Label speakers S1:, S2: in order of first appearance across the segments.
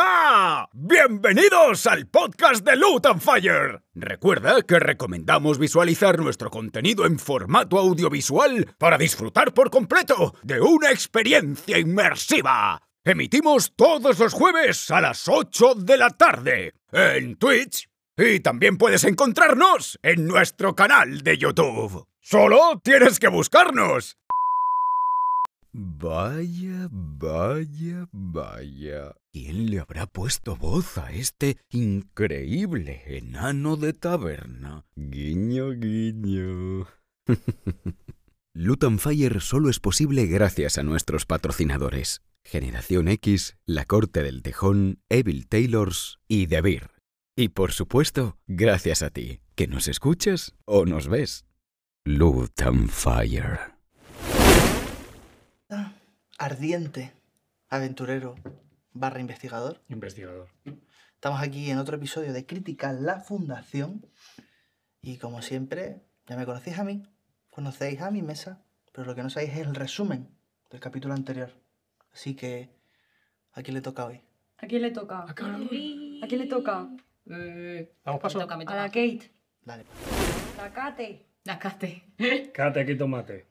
S1: Hola, bienvenidos al podcast de Loot and Fire. Recuerda que recomendamos visualizar nuestro contenido en formato audiovisual para disfrutar por completo de una experiencia inmersiva. Emitimos todos los jueves a las 8 de la tarde en Twitch y también puedes encontrarnos en nuestro canal de YouTube. Solo tienes que buscarnos. Vaya, vaya, vaya. ¿Quién le habrá puesto voz a este increíble enano de taberna? Guiño, guiño. Luton Fire solo es posible gracias a nuestros patrocinadores. Generación X, La Corte del Tejón, Evil Taylors y The Beer. Y por supuesto, gracias a ti, que nos escuchas o nos ves. Luton Fire.
S2: Ardiente, aventurero, barra investigador.
S3: Investigador.
S2: Estamos aquí en otro episodio de Crítica la Fundación. Y como siempre, ya me conocéis a mí, conocéis a mi mesa, pero lo que no sabéis es el resumen del capítulo anterior. Así que, ¿a quién le toca hoy?
S4: ¿A quién le toca?
S3: Ah, cabrón.
S4: ¿A quién le toca?
S5: Eh,
S3: ¿Damos paso?
S5: Me toca, me
S4: A la
S5: toca.
S4: Kate.
S2: Dale.
S4: La Kate.
S5: La Cate.
S3: Cate aquí tomate.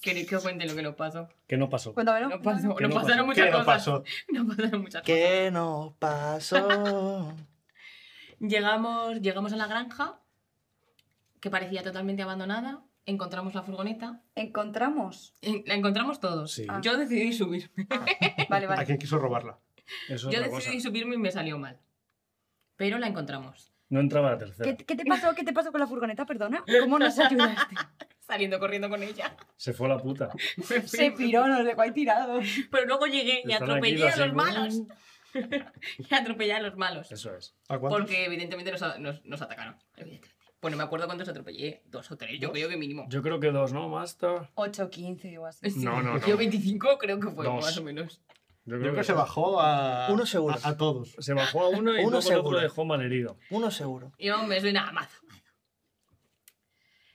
S5: ¿Queréis que os cuente lo que nos pasó?
S3: ¿Qué no pasó?
S4: Cuéntamelo.
S5: No pasó.
S3: ¿Qué
S5: Nos
S3: no pasó?
S5: pasaron muchas
S3: ¿Qué no
S5: cosas.
S3: pasó?
S5: Nos pasaron muchas cosas.
S2: ¿Qué nos pasó?
S5: Llegamos, llegamos a la granja, que parecía totalmente abandonada. Encontramos la furgoneta.
S4: Encontramos.
S5: En- La encontramos todos.
S3: Sí.
S5: Yo decidí subirme.
S4: Vale,
S6: ¿A
S4: vale.
S6: quién quiso robarla?
S3: Eso es
S5: Yo
S3: otra
S5: decidí
S3: cosa.
S5: subirme y me salió mal. Pero la encontramos.
S3: No entraba la
S4: ¿Qué,
S3: tercera.
S4: qué te pasó? ¿Qué te pasó con la furgoneta? Perdona. ¿Cómo nos ayudaste?
S5: Saliendo corriendo con ella.
S3: Se fue a la puta.
S5: Me fui.
S4: Se piró, nos dejó ahí tirados.
S5: Pero luego llegué y
S3: Están aquí
S5: atropellé
S3: las
S5: a los
S3: seis.
S5: malos. y atropellé a los malos.
S3: Eso es.
S6: ¿A cuántos?
S5: Porque evidentemente nos, a- nos- nos atacaron. Evidentemente. Pues no me acuerdo cuántos atropellé. Dos o tres, yo creo que mínimo.
S3: Yo creo que dos, ¿no, Master?
S4: 8, 15 o así.
S5: Sí.
S3: No, no, no.
S5: Yo 25 creo que fue,
S3: Dos.
S5: más o menos.
S3: Yo
S6: Creo que se
S3: dos.
S6: bajó a.
S2: Uno seguro.
S6: A, a todos.
S3: Se bajó a uno y
S2: Uno
S3: luego el otro
S2: seguro.
S3: dejó malherido.
S2: Uno seguro.
S5: Y no me suena a mazo.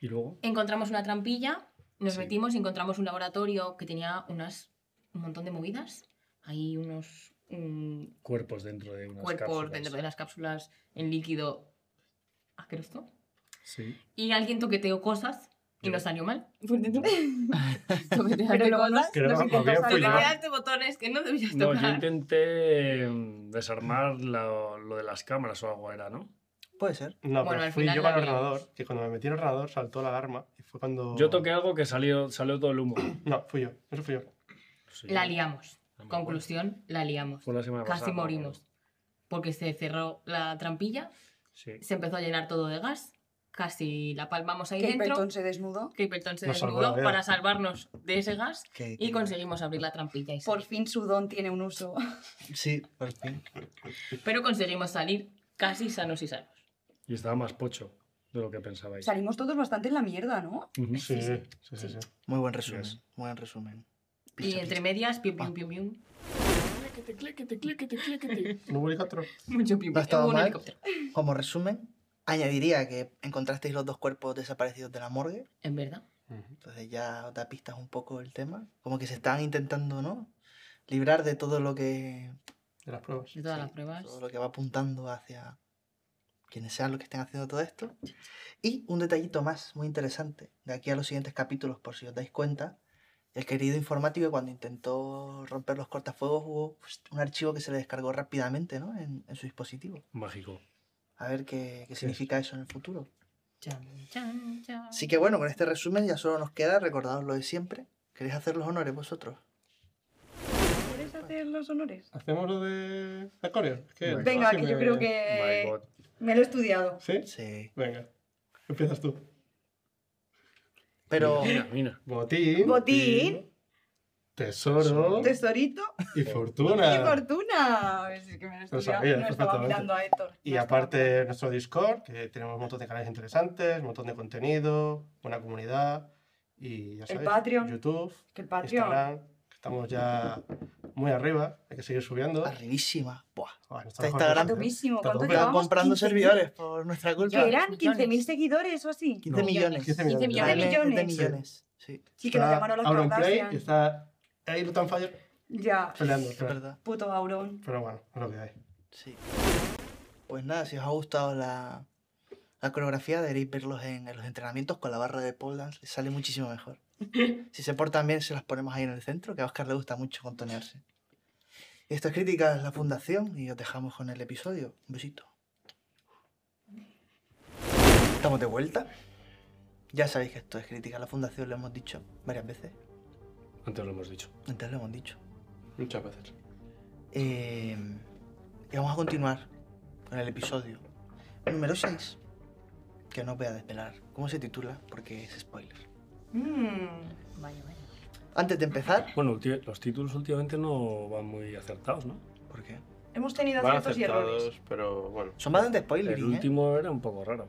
S3: ¿Y luego?
S5: Encontramos una trampilla, nos
S3: Sí.
S5: metimos y encontramos un laboratorio que tenía unas, un montón de movidas. Hay unos mm,
S3: Cuerpos dentro de unas
S5: cuerpos
S3: cápsulas.
S5: dentro de las cápsulas en líquido asqueroso.
S3: Sí.
S5: Y alguien toqueteó cosas y
S3: Yo.
S5: nos salió mal. Por dentro. Toqueteaste
S4: Pero luego
S5: cosas.
S4: nos,
S6: Creo
S4: nos
S6: que
S4: intentó
S6: había
S4: salvar.
S6: pillado.
S5: Toqueteaste botones que no debías
S3: No, yo
S5: tocar.
S3: intenté mm, desarmar lo, lo de las cámaras o algo era, ¿no?
S2: Puede ser.
S6: No,
S5: Bueno,
S6: pero
S5: al
S6: fui
S5: final
S6: yo
S5: la
S6: con el
S5: liamos.
S6: ordenador. Que cuando me metí en el ordenador saltó la alarma. Y fue cuando.
S3: Yo toqué algo que salió, salió todo el humo.
S6: No, fui yo. Eso fui yo.
S3: Sí.
S5: La liamos.
S3: No me acuerdo.
S5: Conclusión, la liamos.
S3: Fue la semana
S5: Casi
S3: pasada, ¿no?
S5: morimos. Porque se cerró la trampilla,
S3: Sí.
S5: se empezó a llenar todo de gas, casi la palmamos ahí
S4: Kate
S5: dentro.
S4: Pelton se desnudó.
S5: Capleton se
S6: Nos salvó la
S5: desnudó
S6: vida.
S5: para salvarnos de ese gas
S2: Que-
S5: y conseguimos abrir la trampilla. y
S4: Por
S5: salir.
S4: fin su don tiene un uso.
S2: Sí, por fin.
S5: Pero conseguimos salir casi sanos y sanos.
S3: Y estaba más pocho de lo que pensabais.
S4: Salimos todos bastante en la mierda, ¿no?
S3: Ujú.
S6: Sí, sí, sí. sí,
S2: Muy buen resumen.
S3: Bien.
S2: Muy buen resumen.
S5: Y
S2: Picha,
S5: entre
S2: picha.
S5: medias, pium, pium, pium, pium.
S6: ¿No hubo helicóptero?
S5: Mucho
S2: No
S5: pium. pium.
S2: estaba
S5: Hubo un
S2: mal.
S5: helicóptero.
S2: Como resumen, añadiría que encontrasteis los dos cuerpos desaparecidos de la morgue.
S5: En verdad.
S2: Entonces ya da pistas un poco el tema. Como que se están intentando, ¿no? Librar de todo lo que.
S6: De las pruebas.
S5: De todas
S2: sí,
S5: las pruebas.
S2: Todo lo que va apuntando hacia quienes sean los que estén haciendo todo esto. Y un detallito más muy interesante, de aquí a los siguientes capítulos, por si os dais cuenta. El querido informático, cuando intentó romper los cortafuegos, hubo pues, un archivo que se le descargó rápidamente ¿no? en, en su dispositivo.
S3: Mágico.
S2: A ver qué, qué
S3: es.
S2: significa eso en el futuro.
S5: Chan, chan, chan.
S2: Así que bueno, con este resumen ya solo nos queda recordaros lo de siempre. ¿Queréis hacer los honores vosotros?
S4: ¿Quieres hacer los honores?
S6: ¿Hacemos lo de. de Corea? Es que-
S4: Venga,
S6: así
S4: que yo
S6: me-
S4: creo
S3: My
S5: Eh,
S4: que
S3: God.
S4: me lo he estudiado.
S6: ¿Sí?
S2: Sí.
S6: Venga. Empiezas tú.
S2: Pero
S3: Mira, mira.
S6: Botín.
S4: Botín.
S6: Tesoro.
S4: Tesorito
S6: Y
S4: y
S6: fortuna.
S4: fortuna. Es que me lo he
S6: Lo
S4: estudiado.
S6: sabía,
S4: no estaba
S6: perfectamente.
S4: mirando a Héctor.
S6: Y
S4: No estaba mirando.
S6: aparte nuestro Discord, que tenemos un montón de canales interesantes, un montón de contenido, buena comunidad. Y ya
S4: El
S6: sabéis,
S4: Patreon.
S6: YouTube,
S4: Que el Patreon.
S6: Instagram, que estamos ya muy arriba, hay que seguir subiendo.
S2: arribísima. Buah.
S6: Joder, no
S2: Está
S6: mejor
S2: Instagram.
S6: que nosotros,
S4: Topísimo.
S6: Está
S4: ¿Cuánto
S6: tope. Pero
S2: Están
S4: llevamos?
S2: comprando
S4: 15.
S2: servidor por nuestra culpa.
S4: ¿Qué eran?
S5: millones.
S4: ¿15.000 seguidores o así?
S6: No.
S2: 15 millones.
S6: 15
S4: 15
S6: millones.
S4: millones de
S2: Dale,
S4: millones.
S2: 15 millones. Sí.
S4: Sí, que nos
S6: Está
S4: llamaron los
S6: Auron Play y
S4: Kardashian.
S6: está Hey Lutan Fire.
S4: Ya.
S7: peleando.
S2: Es
S7: pero,
S2: verdad,
S4: Puto Aurón.
S7: pero bueno, es lo que hay.
S2: sí. Pues nada, si os ha gustado la, la coreografía, deberéis verlos en, en los entrenamientos con la barra de pole dance. Les sale muchísimo mejor. Si se portan bien, se las ponemos ahí en el centro, que a Oscar le gusta mucho contonearse. Y esto es Críticas, la Fundación, y os dejamos con el episodio. Un besito. Estamos de vuelta. Ya sabéis que esto es Críticas, la Fundación, lo hemos dicho varias veces.
S3: Antes lo hemos dicho.
S2: Antes lo hemos dicho.
S7: Muchas veces.
S2: Eh, y vamos a continuar con el episodio número 6, que no voy a desvelar cómo se titula porque es spoiler.
S4: Mm.
S5: Vaya, vaya.
S2: Antes de empezar,
S3: Bueno, ulti- los títulos últimamente no van muy acertados, ¿no?
S2: ¿por qué?
S4: Hemos tenido
S6: Van
S4: aciertos y errores.
S6: acertados, pero bueno.
S2: Son bastante ¿eh? spoilers,
S3: El eh? último era un poco raro,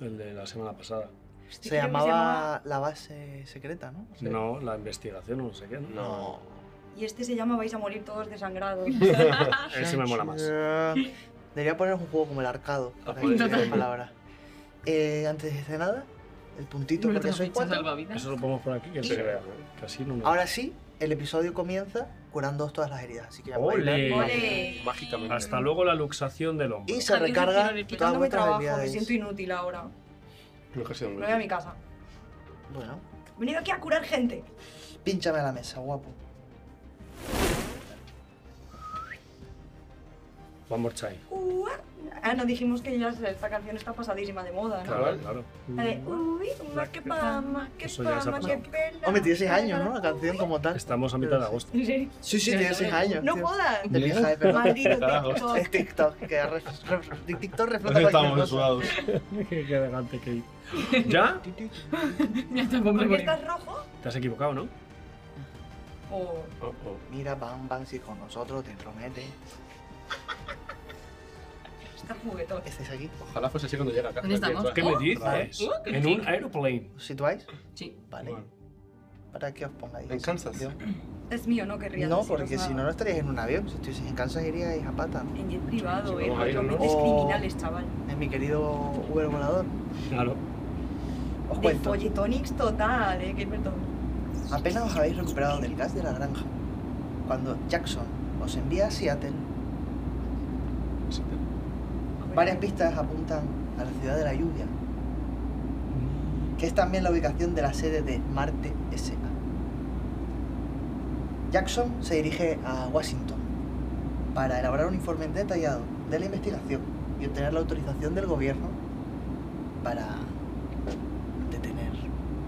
S3: el de la semana pasada.
S4: Hostia, creo que
S2: Se llamaba La Base Secreta, ¿no?
S3: No, la investigación o no sé qué. ¿no?
S6: No.
S4: Y este se llama Vais a morir todos desangrados.
S5: Ah,
S3: Ese me mola más.
S2: Debería poner un juego como el arcado para que
S5: Total.
S2: las palabras. Eh, antes de nada, el puntito porque soy
S5: Nuestro
S2: cuatro.
S5: salvavidas.
S3: Eso lo ponemos por aquí, que
S2: Y-
S3: se vea.
S6: ¿eh?
S3: ¿no? Casi no me-
S2: Ahora sí, el episodio comienza curándoos todas las heridas, así que ya podéis ver.
S3: ¡Ole!
S4: Ole.
S6: Mágicamente.
S3: Hasta luego la luxación del hombro.
S2: Y se
S5: Adiós,
S2: recarga
S5: Isidoro, y
S2: todas
S4: Dando mi
S2: vuestras
S4: trabajo, me
S2: habilidades.
S4: siento inútil ahora.
S6: Nunca ha sido un
S4: Me voy a mi casa.
S2: Bueno,
S4: He venido aquí a curar gente.
S2: pínchame a la mesa, guapo.
S3: Vamos, Chai.
S4: Ua. Ah, no dijimos que ya se- esta canción está pasadísima de moda, ¿no?
S3: Claro, claro.
S4: La de, uy, más que pama, que
S3: Eso ya se ha
S4: pama, que
S3: pasado.
S4: pela.
S2: Hombre, tiene 6 años, ¿no? La canción como tal.
S3: Estamos a mitad de agosto.
S4: ¿En serio?
S2: Sí, sí, tiene 6 años.
S4: No
S2: tío.
S4: jodas.
S2: De pija de pelota.
S4: Maldito
S6: Carajo.
S4: TikTok.
S2: Es TikTok, que re- re- TikTok reflota cualquier
S6: Estamos
S2: cosa.
S6: sudados.
S3: qué elegante que... ¿Ya?
S5: Ya tampoco
S4: ¿Por
S5: me
S4: qué estás rojo?
S3: Te has equivocado, ¿no?
S4: O
S6: Oh, oh.
S2: Mira, Bam Bam, si con nosotros te entromete.
S4: estás juguetón.
S2: ¿Estáis aquí?
S6: Ojalá fuese así cuando llega acá.
S5: ¿Dónde estamos?
S3: ¿Qué me dices?
S5: oh, qué
S3: En un aeroplane.
S2: ¿Os situáis?
S5: Sí.
S2: Vale. ¿Para que os pongáis?
S6: En Kansas.
S2: situación?
S4: Es mío, no querría
S2: No,
S4: deciros
S2: porque si no,
S4: nada.
S2: no estaríais en un avión. Si estuvieseis en Kansas, iríais a pata.
S4: En jet privado,
S6: Sí,
S4: eh.
S6: vamos a ir, ¿no?
S4: Realmente es criminales, chaval.
S2: En mi querido Uber volador.
S3: Claro.
S2: Os
S4: De
S2: cuento.
S4: folletonics total, eh. Que perdón.
S2: Apenas os habéis recuperado del gas de la granja. Cuando Jackson os envía a Seattle, Varias pistas apuntan a la ciudad de la lluvia, que es también la ubicación de la sede de Marte S.A. Jackson se dirige a Washington para elaborar un informe detallado de la investigación y obtener la autorización del gobierno para detener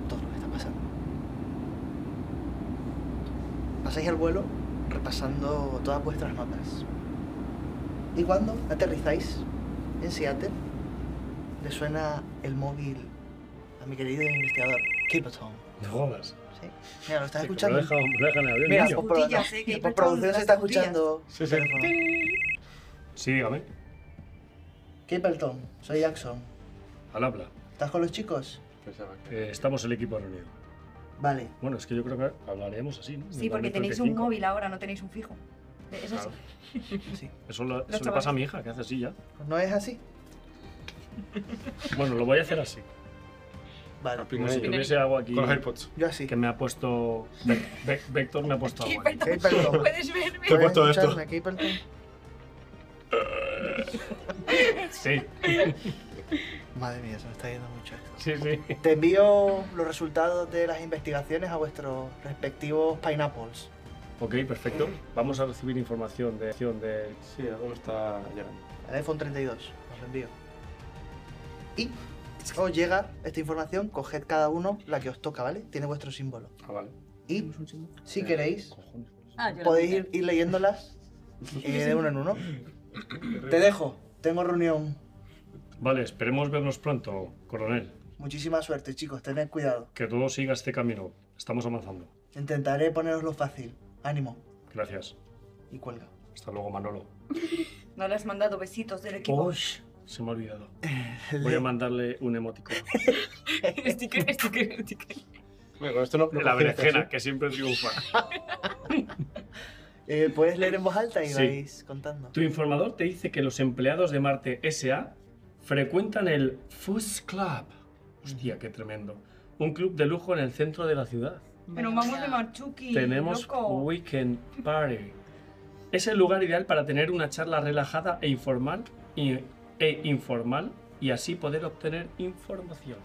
S2: todo lo que está pasando. Pasáis al vuelo repasando todas vuestras notas. Y cuando aterrizáis en Seattle, le suena el móvil a mi querido investigador, Kippleton.
S3: No jodas.
S2: ¿sí? Mira, lo estás
S3: Sí, que
S2: escuchando.
S3: Me lo deja, me lo deja en el avión,
S2: Mira,
S3: niño.
S2: por, produ-
S4: Putillas, eh, que
S2: por
S4: Kippleton,
S2: producción se está
S4: las putillas.
S2: escuchando.
S6: Sí, sí.
S2: teléfono.
S3: Sí, dígame.
S2: Kippleton, soy Jackson.
S3: Al habla.
S2: ¿Estás con los chicos?
S6: Pensaba que.
S3: Eh, estamos el equipo reunido.
S2: Vale.
S3: Bueno, es que yo creo que hablaremos así, ¿no?
S4: Sí, porque tenéis un móvil ahora, no tenéis un fijo. Es así.
S3: Claro.
S2: Sí.
S3: Eso, lo- eso le
S4: chavales.
S3: pasa a mi hija, que hace así ya.
S2: Pues ¿No es así?
S3: Bueno, lo voy a hacer así.
S2: Vale.
S6: Aplica
S3: Como si
S6: ahí.
S3: tuviese agua aquí.
S6: Con los AirPods.
S2: Yo así.
S3: Que me ha puesto. Ve- Ve- Vector me ha puesto agua. aquí.
S4: Kippleton,
S2: Kippleton.
S4: ¿Puedes verme?
S6: Te
S2: Pues-
S6: he puesto esto.
S2: escucharme, Kippleton?
S4: pues.
S3: Sí,
S2: Madre mía, se me está yendo mucho esto.
S3: sí, sí.
S2: Te envío los resultados de las investigaciones a vuestros respectivos pineapples.
S3: Ok, perfecto. Vamos a recibir información de acción de.
S6: Sí, algo me está llegando.
S2: El iPhone 32, os lo envío. Y os llega esta información, coged cada uno la que os toca, ¿vale? Tiene vuestro símbolo.
S6: Ah, vale.
S2: Y si queréis,
S3: Cojones. pues.
S5: Ah, yo lo
S2: podéis ir,
S5: quité.
S2: ir leyéndolas eh, de uno en uno. Te dejo, tengo reunión.
S3: Vale, esperemos vernos pronto, coronel.
S2: Muchísima suerte, chicos, tened cuidado.
S3: Que todo siga este camino. Estamos avanzando.
S2: Intentaré poneroslo fácil. Ánimo.
S3: Gracias.
S2: Y cuelga.
S3: Hasta luego, Manolo.
S4: No le has mandado besitos del equipo.
S3: Se me ha olvidado. Voy a mandarle un emoticono.
S5: Sticker, sticker, sticker.
S6: Bueno, con esto no. no
S3: La
S6: confío,
S3: berenjena,
S6: ¿sí?
S3: que siempre triunfa.
S2: Eh, Puedes leer en voz alta y
S3: Sí.
S2: vais contando.
S3: Tu informador te dice que los empleados de Marte SA frecuentan el Fuzz Club. Hostia, qué tremendo. Un club de lujo en el centro de la ciudad.
S8: Pero vamos de Marchuki.
S3: Tenemos
S8: loco.
S3: Weekend Party. Es el lugar ideal para tener una charla relajada e informal y- e informal y así poder obtener información.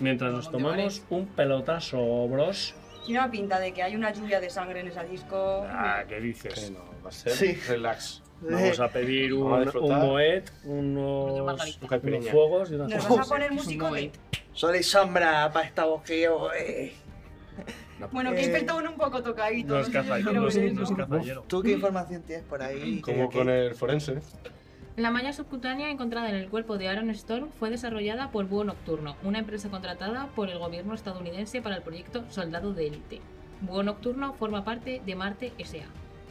S3: Mientras nos
S5: Como te
S3: tomamos un pelotazo, bros.
S8: Tiene una pinta de que hay una lluvia de sangre en esa disco.
S3: Ah, ¿qué
S6: Que
S3: dices?
S6: no, va a ser
S2: Sí.
S6: relax.
S3: Vamos a pedir
S6: Vamos a
S3: un,
S6: disfrutar.
S3: un moet,
S5: Coño,
S3: unos,
S5: margarita.
S6: Un
S3: unos
S6: caipirinha.
S3: fuegos y una
S8: Nos
S3: cerveza.
S8: vas a poner
S5: Es un
S8: músico de.
S5: moment.
S2: Sol y sombra para esta boqueo. eh.
S8: Bueno, que
S2: Eh,
S8: hay perdón un poco tocadito.
S3: Los
S8: no sé, yo quiero
S3: cazalleros,
S8: ver
S3: los
S8: eso.
S3: cazalleros.
S2: ¿Tú qué información tienes por ahí? Que-
S6: Como
S2: que-
S6: con el forense.
S5: La malla subcutánea encontrada en el cuerpo de Aaron Storm fue desarrollada por Búho Nocturno, una empresa contratada por el gobierno estadounidense para el proyecto Soldado de Élite. Búho Nocturno forma parte de Marte S.A.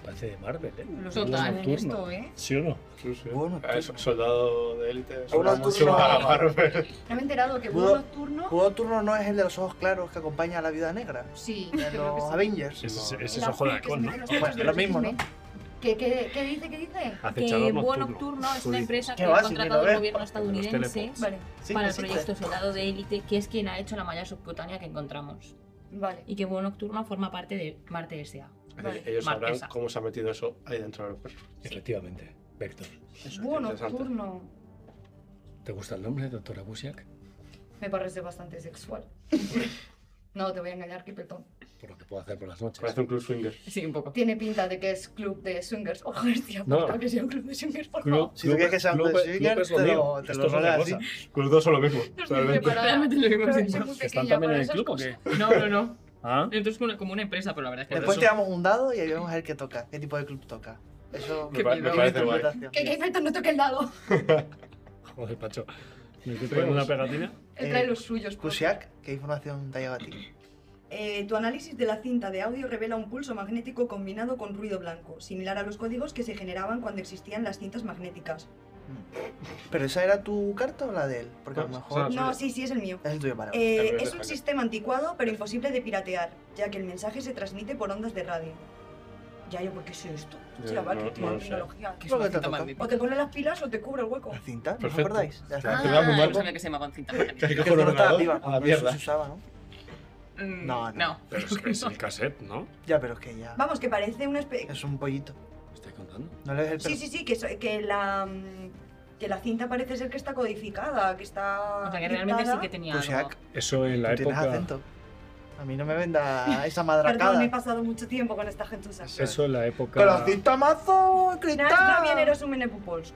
S3: Parece de Marvel, ¿eh?
S8: Los
S5: Total.
S8: en esto, ¿eh?
S3: ¿Sí o no?
S6: Sí, sí.
S2: Bueno,
S6: Ah, es soldado de élite.
S2: Ahora
S6: Suena
S2: tú
S6: mucho
S2: no.
S6: a Marvel.
S8: Ya me he enterado que
S2: Pudo-
S8: Búho Nocturno.
S2: Juego turno no es el de los ojos claros que acompaña a la viuda negra.
S8: Sí, yo
S2: De
S8: creo que
S2: los
S8: sí.
S2: Avengers.
S3: Ese
S6: No,
S3: es
S8: La
S3: ojo de
S8: que se
S3: halcón,
S8: mete
S3: ¿no?
S8: los ojos
S2: Bueno,
S8: de
S2: lo
S8: los
S2: mismo, ¿no?
S8: X-Men. ¿Qué, qué, ¿Qué dice? ¿Qué dice?
S5: Que
S3: Acechador
S5: Búho
S3: nocturno.
S5: Nocturno es
S6: Uy,
S5: una empresa
S2: qué
S5: que
S2: va,
S5: fue
S2: si me lo
S5: contratada por
S2: ves.
S5: el gobierno
S3: Pero este los
S5: estadounidense
S3: telepos.
S8: Vale,
S2: Sí,
S5: para el
S2: existe.
S5: proyecto Soldado de Élite, que es quien ha hecho la malla subcutánea que encontramos.
S8: vale.
S5: Y que Búho Nocturno forma parte de Marte S.A.
S8: Vale.
S6: Ellos
S5: Marquesa.
S6: sabrán cómo se ha metido eso ahí dentro del cuerpo.
S3: Efectivamente, Vector.
S6: Eso
S8: Búho
S6: es interesante.
S8: Nocturno.
S3: ¿Te gusta el nombre, doctora Busiak?
S8: Me parece bastante sexual. no, te voy a engañar, Kipetón.
S3: Por lo que puedo hacer por las
S9: Pues,
S3: noches.
S6: Parece un club swinger.
S5: Sí, un poco.
S8: Tiene pinta de que es club de swingers. Ojalá, hostia,
S3: No.
S8: puta, que sea un club de swingers, por
S3: Club-
S8: favor.
S2: Si tú quieres que sea un
S3: club-
S2: club
S3: club
S2: swinger,
S3: es lo
S2: te
S3: mío.
S2: lo- te
S3: Esto
S2: lo
S3: es otra
S2: rolas
S3: cosa.
S6: Los dos son lo mismo.
S8: No estoy
S6: realmente.
S8: preparada.
S5: Realmente lo mismo
S8: Pero soy
S5: pensado.
S8: muy
S3: ¿Están
S8: pequeña
S3: también
S8: para
S3: en el
S8: esas
S3: club o
S8: cosas.
S3: qué?
S5: No, no, no.
S3: ¿Ah?
S5: Entonces es una- como una empresa, pero la verdad es que
S2: Después
S5: eso-
S2: te damos un dado y ahí vemos el que toca, qué tipo de club toca. Eso
S6: Me, pa- me
S5: miedo.
S6: parece guay.
S2: interpretación.
S8: Que Kipetón no toque el dado.
S3: Joder, Pacho. ¿Me estoy poniendo una pegatina?
S8: Él
S2: Eh,
S8: trae los suyos. por favor.
S2: Kusiak, ¿qué información te ha llegado a ti?
S4: Eh, tu análisis de la cinta de audio revela un pulso magnético combinado con ruido blanco, similar a los códigos que se generaban cuando existían las cintas magnéticas.
S2: ¿Pero esa era tu carta o la de él? Porque a lo
S6: No,
S2: mejor
S6: esa-
S4: No, sí, sí, es el mío.
S2: es el tuyo para
S4: Eh,
S6: Tal vez
S4: es
S6: deja
S4: un
S6: que-
S4: sistema anticuado pero imposible de piratear, ya que el mensaje se transmite por ondas de radio. Ya, yo, ¿por qué sé esto?
S6: Yo
S4: Chaval,
S6: no-
S4: que tiene
S6: no lo sé.
S4: tecnología.
S5: que es
S2: Lo
S5: una
S2: que te
S5: cinta
S2: toca.
S5: magnética.
S4: O te pone las pilas o te cubre el hueco.
S2: ¿La cinta? ¿No os
S6: Perfecto.
S2: acordáis? Ya está.
S6: Ah,
S5: Ah,
S6: te voy a fumar,
S5: no
S6: ¿no?
S5: sabía que se llama con cinta magnética.
S6: Hay que
S2: Que
S6: coger
S2: tú
S6: un
S2: no estabas
S6: ordenador.
S2: viva,
S6: A la
S2: cuando eso
S6: mierda.
S2: se usaba, ¿no?
S5: Mm,
S2: No, no.
S3: Pero es que es el cassette, ¿no?
S2: Ya, pero es que ya...
S4: Vamos, que parece una especie...
S2: Es un pollito.
S3: ¿Me estoy contando?
S2: No le ves el pelo.
S4: Sí, sí, sí, que, so- que la... mm, Que la cinta parece ser que está codificada, que está.
S5: O sea que realmente sí
S4: criptada.
S5: que tenía algo.
S2: Kusiak,
S3: Eso en la
S2: tú tienes
S3: época...
S2: acento. A mí no me venda esa
S4: Perdón, he
S2: madracada.
S4: pasado mucho tiempo con esta gentuza.
S3: Eso en la época...
S2: ¡Con la cinta mazo,
S4: Nasz
S2: cristal!
S4: ramię nie rozumie po polsku.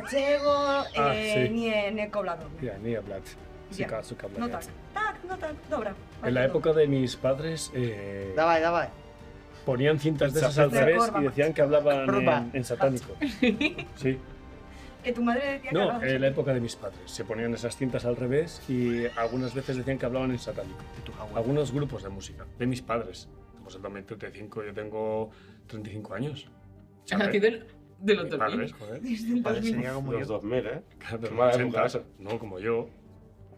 S4: Dlaczego
S3: A,
S4: e,
S3: Ah, sí.
S4: nie, nie koblano?
S3: Ya, ni hablar. Sí,
S4: Ya.
S3: Kazuka,
S4: No
S3: ya.
S4: tak. Tak, no tak, dobra.
S3: En la época de mis padres eh,
S2: Dale, dale.
S3: ponían cintas de esas
S6: Zapata.
S3: al revés
S4: Corva.
S3: y decían que hablaban
S2: Corva.
S3: en, en satánico. Sí.
S4: Que tu madre decía que
S3: No, eh,
S4: hablaba-
S3: en la época de mis padres. Se ponían esas cintas al revés y algunas veces decían que hablaban en satánico.
S2: De tus abuelos.
S3: Algunos grupos de música, de mis padres. Pues también 35, yo tengo 35 años.
S5: A partir del, de los
S3: Mis
S5: 2000.
S3: padres, joder.
S2: Vale, sería como
S6: Los
S2: yo.
S6: 2000, ¿eh?
S3: Claro,
S6: Qué mala
S3: 80,
S6: época esa.
S3: No, como yo.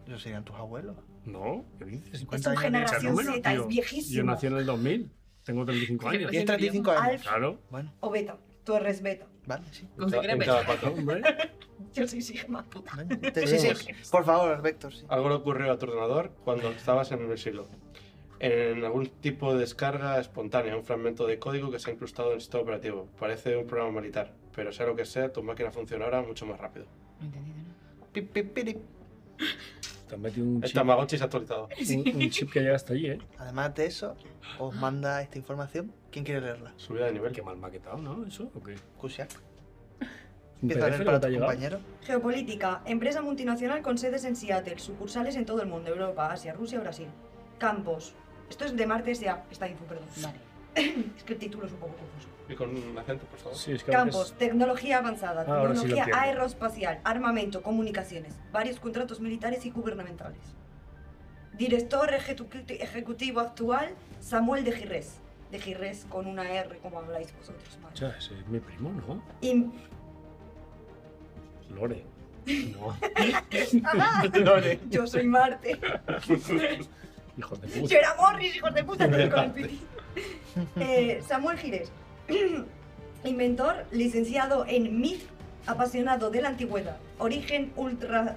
S2: Yo serían tus abuelos.
S3: No, ¿qué dices?
S4: Es
S2: ¿Cuántos
S4: tu
S2: años tienes?
S4: generación
S3: Número,
S4: Z,
S3: tío.
S4: es
S3: Yo
S4: viejísimo.
S3: nací en el 2000, tengo 35 años.
S2: Tienes 35 años.
S4: Alf
S3: Claro,
S2: Bueno,
S4: o Beta. Tú eres Beta.
S2: vale, sí.
S5: Como si
S6: En
S5: quieres
S6: cada
S5: ver.
S6: pato.
S3: hombre.
S4: Yo soy Sigma, puta.
S2: Venga, te- Sí, sí. Por favor, Vector, sí.
S6: Algo le ocurrió a tu ordenador cuando estabas en el silo. En algún tipo de descarga espontánea, un fragmento de código que se ha incrustado en el sistema operativo. Parece un programa militar, pero sea lo que sea, tu máquina funcionará mucho más rápido.
S2: Pi, pi, piri.
S3: Te han metido un
S6: El
S3: chip,
S6: Tamagotchi se ha actualizado.
S3: un, un chip que llega hasta allí, ¿eh?
S2: Además de eso, os manda esta información. ¿Quién quiere leerla?
S6: Subida de nivel.
S3: Qué mal maquetado, ¿no? ¿Eso? ¿O qué?
S2: Kusiak.
S3: ¿Un
S2: Empieza a leer
S3: PDF
S2: para
S3: que te ha
S2: tu
S3: llegado?
S2: compañero.
S4: Geopolítica. Empresa multinacional con sedes en Seattle, sucursales en todo el mundo, Europa, Asia, Rusia, Brasil. Campos. Esto es de Marte S.A. Esta info, perdón.
S5: Vale.
S4: Es que el título es un poco confuso.
S6: Y con un acento, por favor.
S3: Sí, es que a veces-
S4: Campos, tecnología avanzada,
S3: Ah, ahora sí lo
S4: tecnología
S3: entiendo.
S4: aeroespacial, armamento, comunicaciones, varios contratos militares y gubernamentales. Director ejecuti- ejecutivo actual, Samuel de Girres. De Girres con una R, como habláis vosotros. madre.
S3: Cha, ese es mi primo, ¿no?
S4: Im-
S3: Lore. No,
S4: yo soy Marte.
S3: hijo de
S4: Yo
S3: puta.
S4: era Morris, hijos de puta, no me con el piti. Eh, Samuel Gires, inventor, licenciado en MIF, apasionado de la antigüedad, origen ultra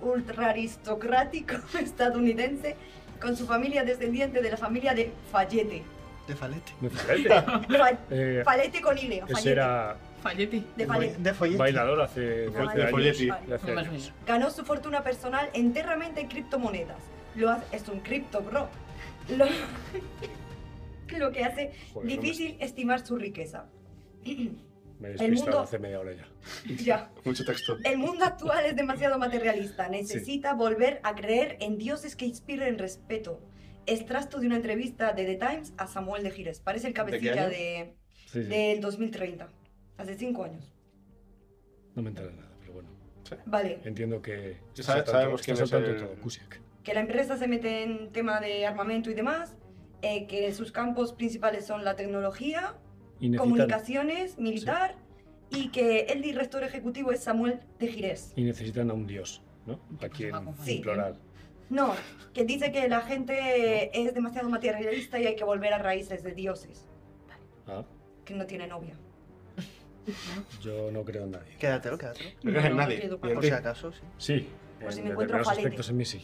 S4: ultraristocrático estadounidense, con su familia descendiente de la familia de Fallete.
S2: De falete.
S9: Me
S4: Fa-
S9: Eh,
S4: Falete con Ileo.
S9: ese era
S5: Falleti.
S4: De Falete.
S2: De follete.
S9: bailador hace
S4: No,
S9: 12
S4: de
S9: años.
S6: Folletti.
S9: de hace
S5: Más
S9: años.
S5: bien.
S4: Ganó su fortuna personal enterramente en criptomonedas. Lo hace- es un cripto, bro. Lo, lo que hace
S9: Joder, no me-
S4: difícil estimar su riqueza.
S9: Me he
S4: El
S9: despistado
S4: mundo-
S9: hace media hora ya.
S4: ya.
S6: Mucho texto.
S4: El mundo actual es demasiado materialista. Necesita volver a creer en dioses que inspiren respeto. Extracto de una entrevista de The Times a Samuel de Gires. Parece el cabecilla
S6: año?
S4: de
S9: Sí, sí.
S4: del 2030. Hace cinco años.
S9: No me entera nada, pero bueno.
S4: Vale.
S9: Entiendo que.
S6: Ya
S9: está
S6: sabe-
S9: al tanto-
S6: sabemos
S9: estás
S6: quién es
S9: al tanto
S6: el-
S9: de todo, Kusiak.
S4: que la empresa se mete en tema de armamento y demás, eh, que sus campos principales son la tecnología,
S9: Y necesitan,
S4: comunicaciones, militar, y que el director ejecutivo es Samuel de Girés.
S9: y necesitan a un dios, ¿no? Aquí en,
S5: va a confundir.
S9: en plural.
S4: No, que dice que la gente es demasiado materialista y hay que volver a raíces de dioses,
S9: Ah,
S4: que no tiene novia.
S9: yo no creo en nadie.
S2: Quédatelo, quédatelo.
S6: No crees en
S10: No,
S6: nadie.
S10: quedo
S6: ni en
S2: Por
S6: ti.
S2: si acaso, sí.
S9: Sí,
S4: Por si
S9: en
S4: me encuentro
S9: determinados
S4: a Falete.
S9: aspectos en mí sí.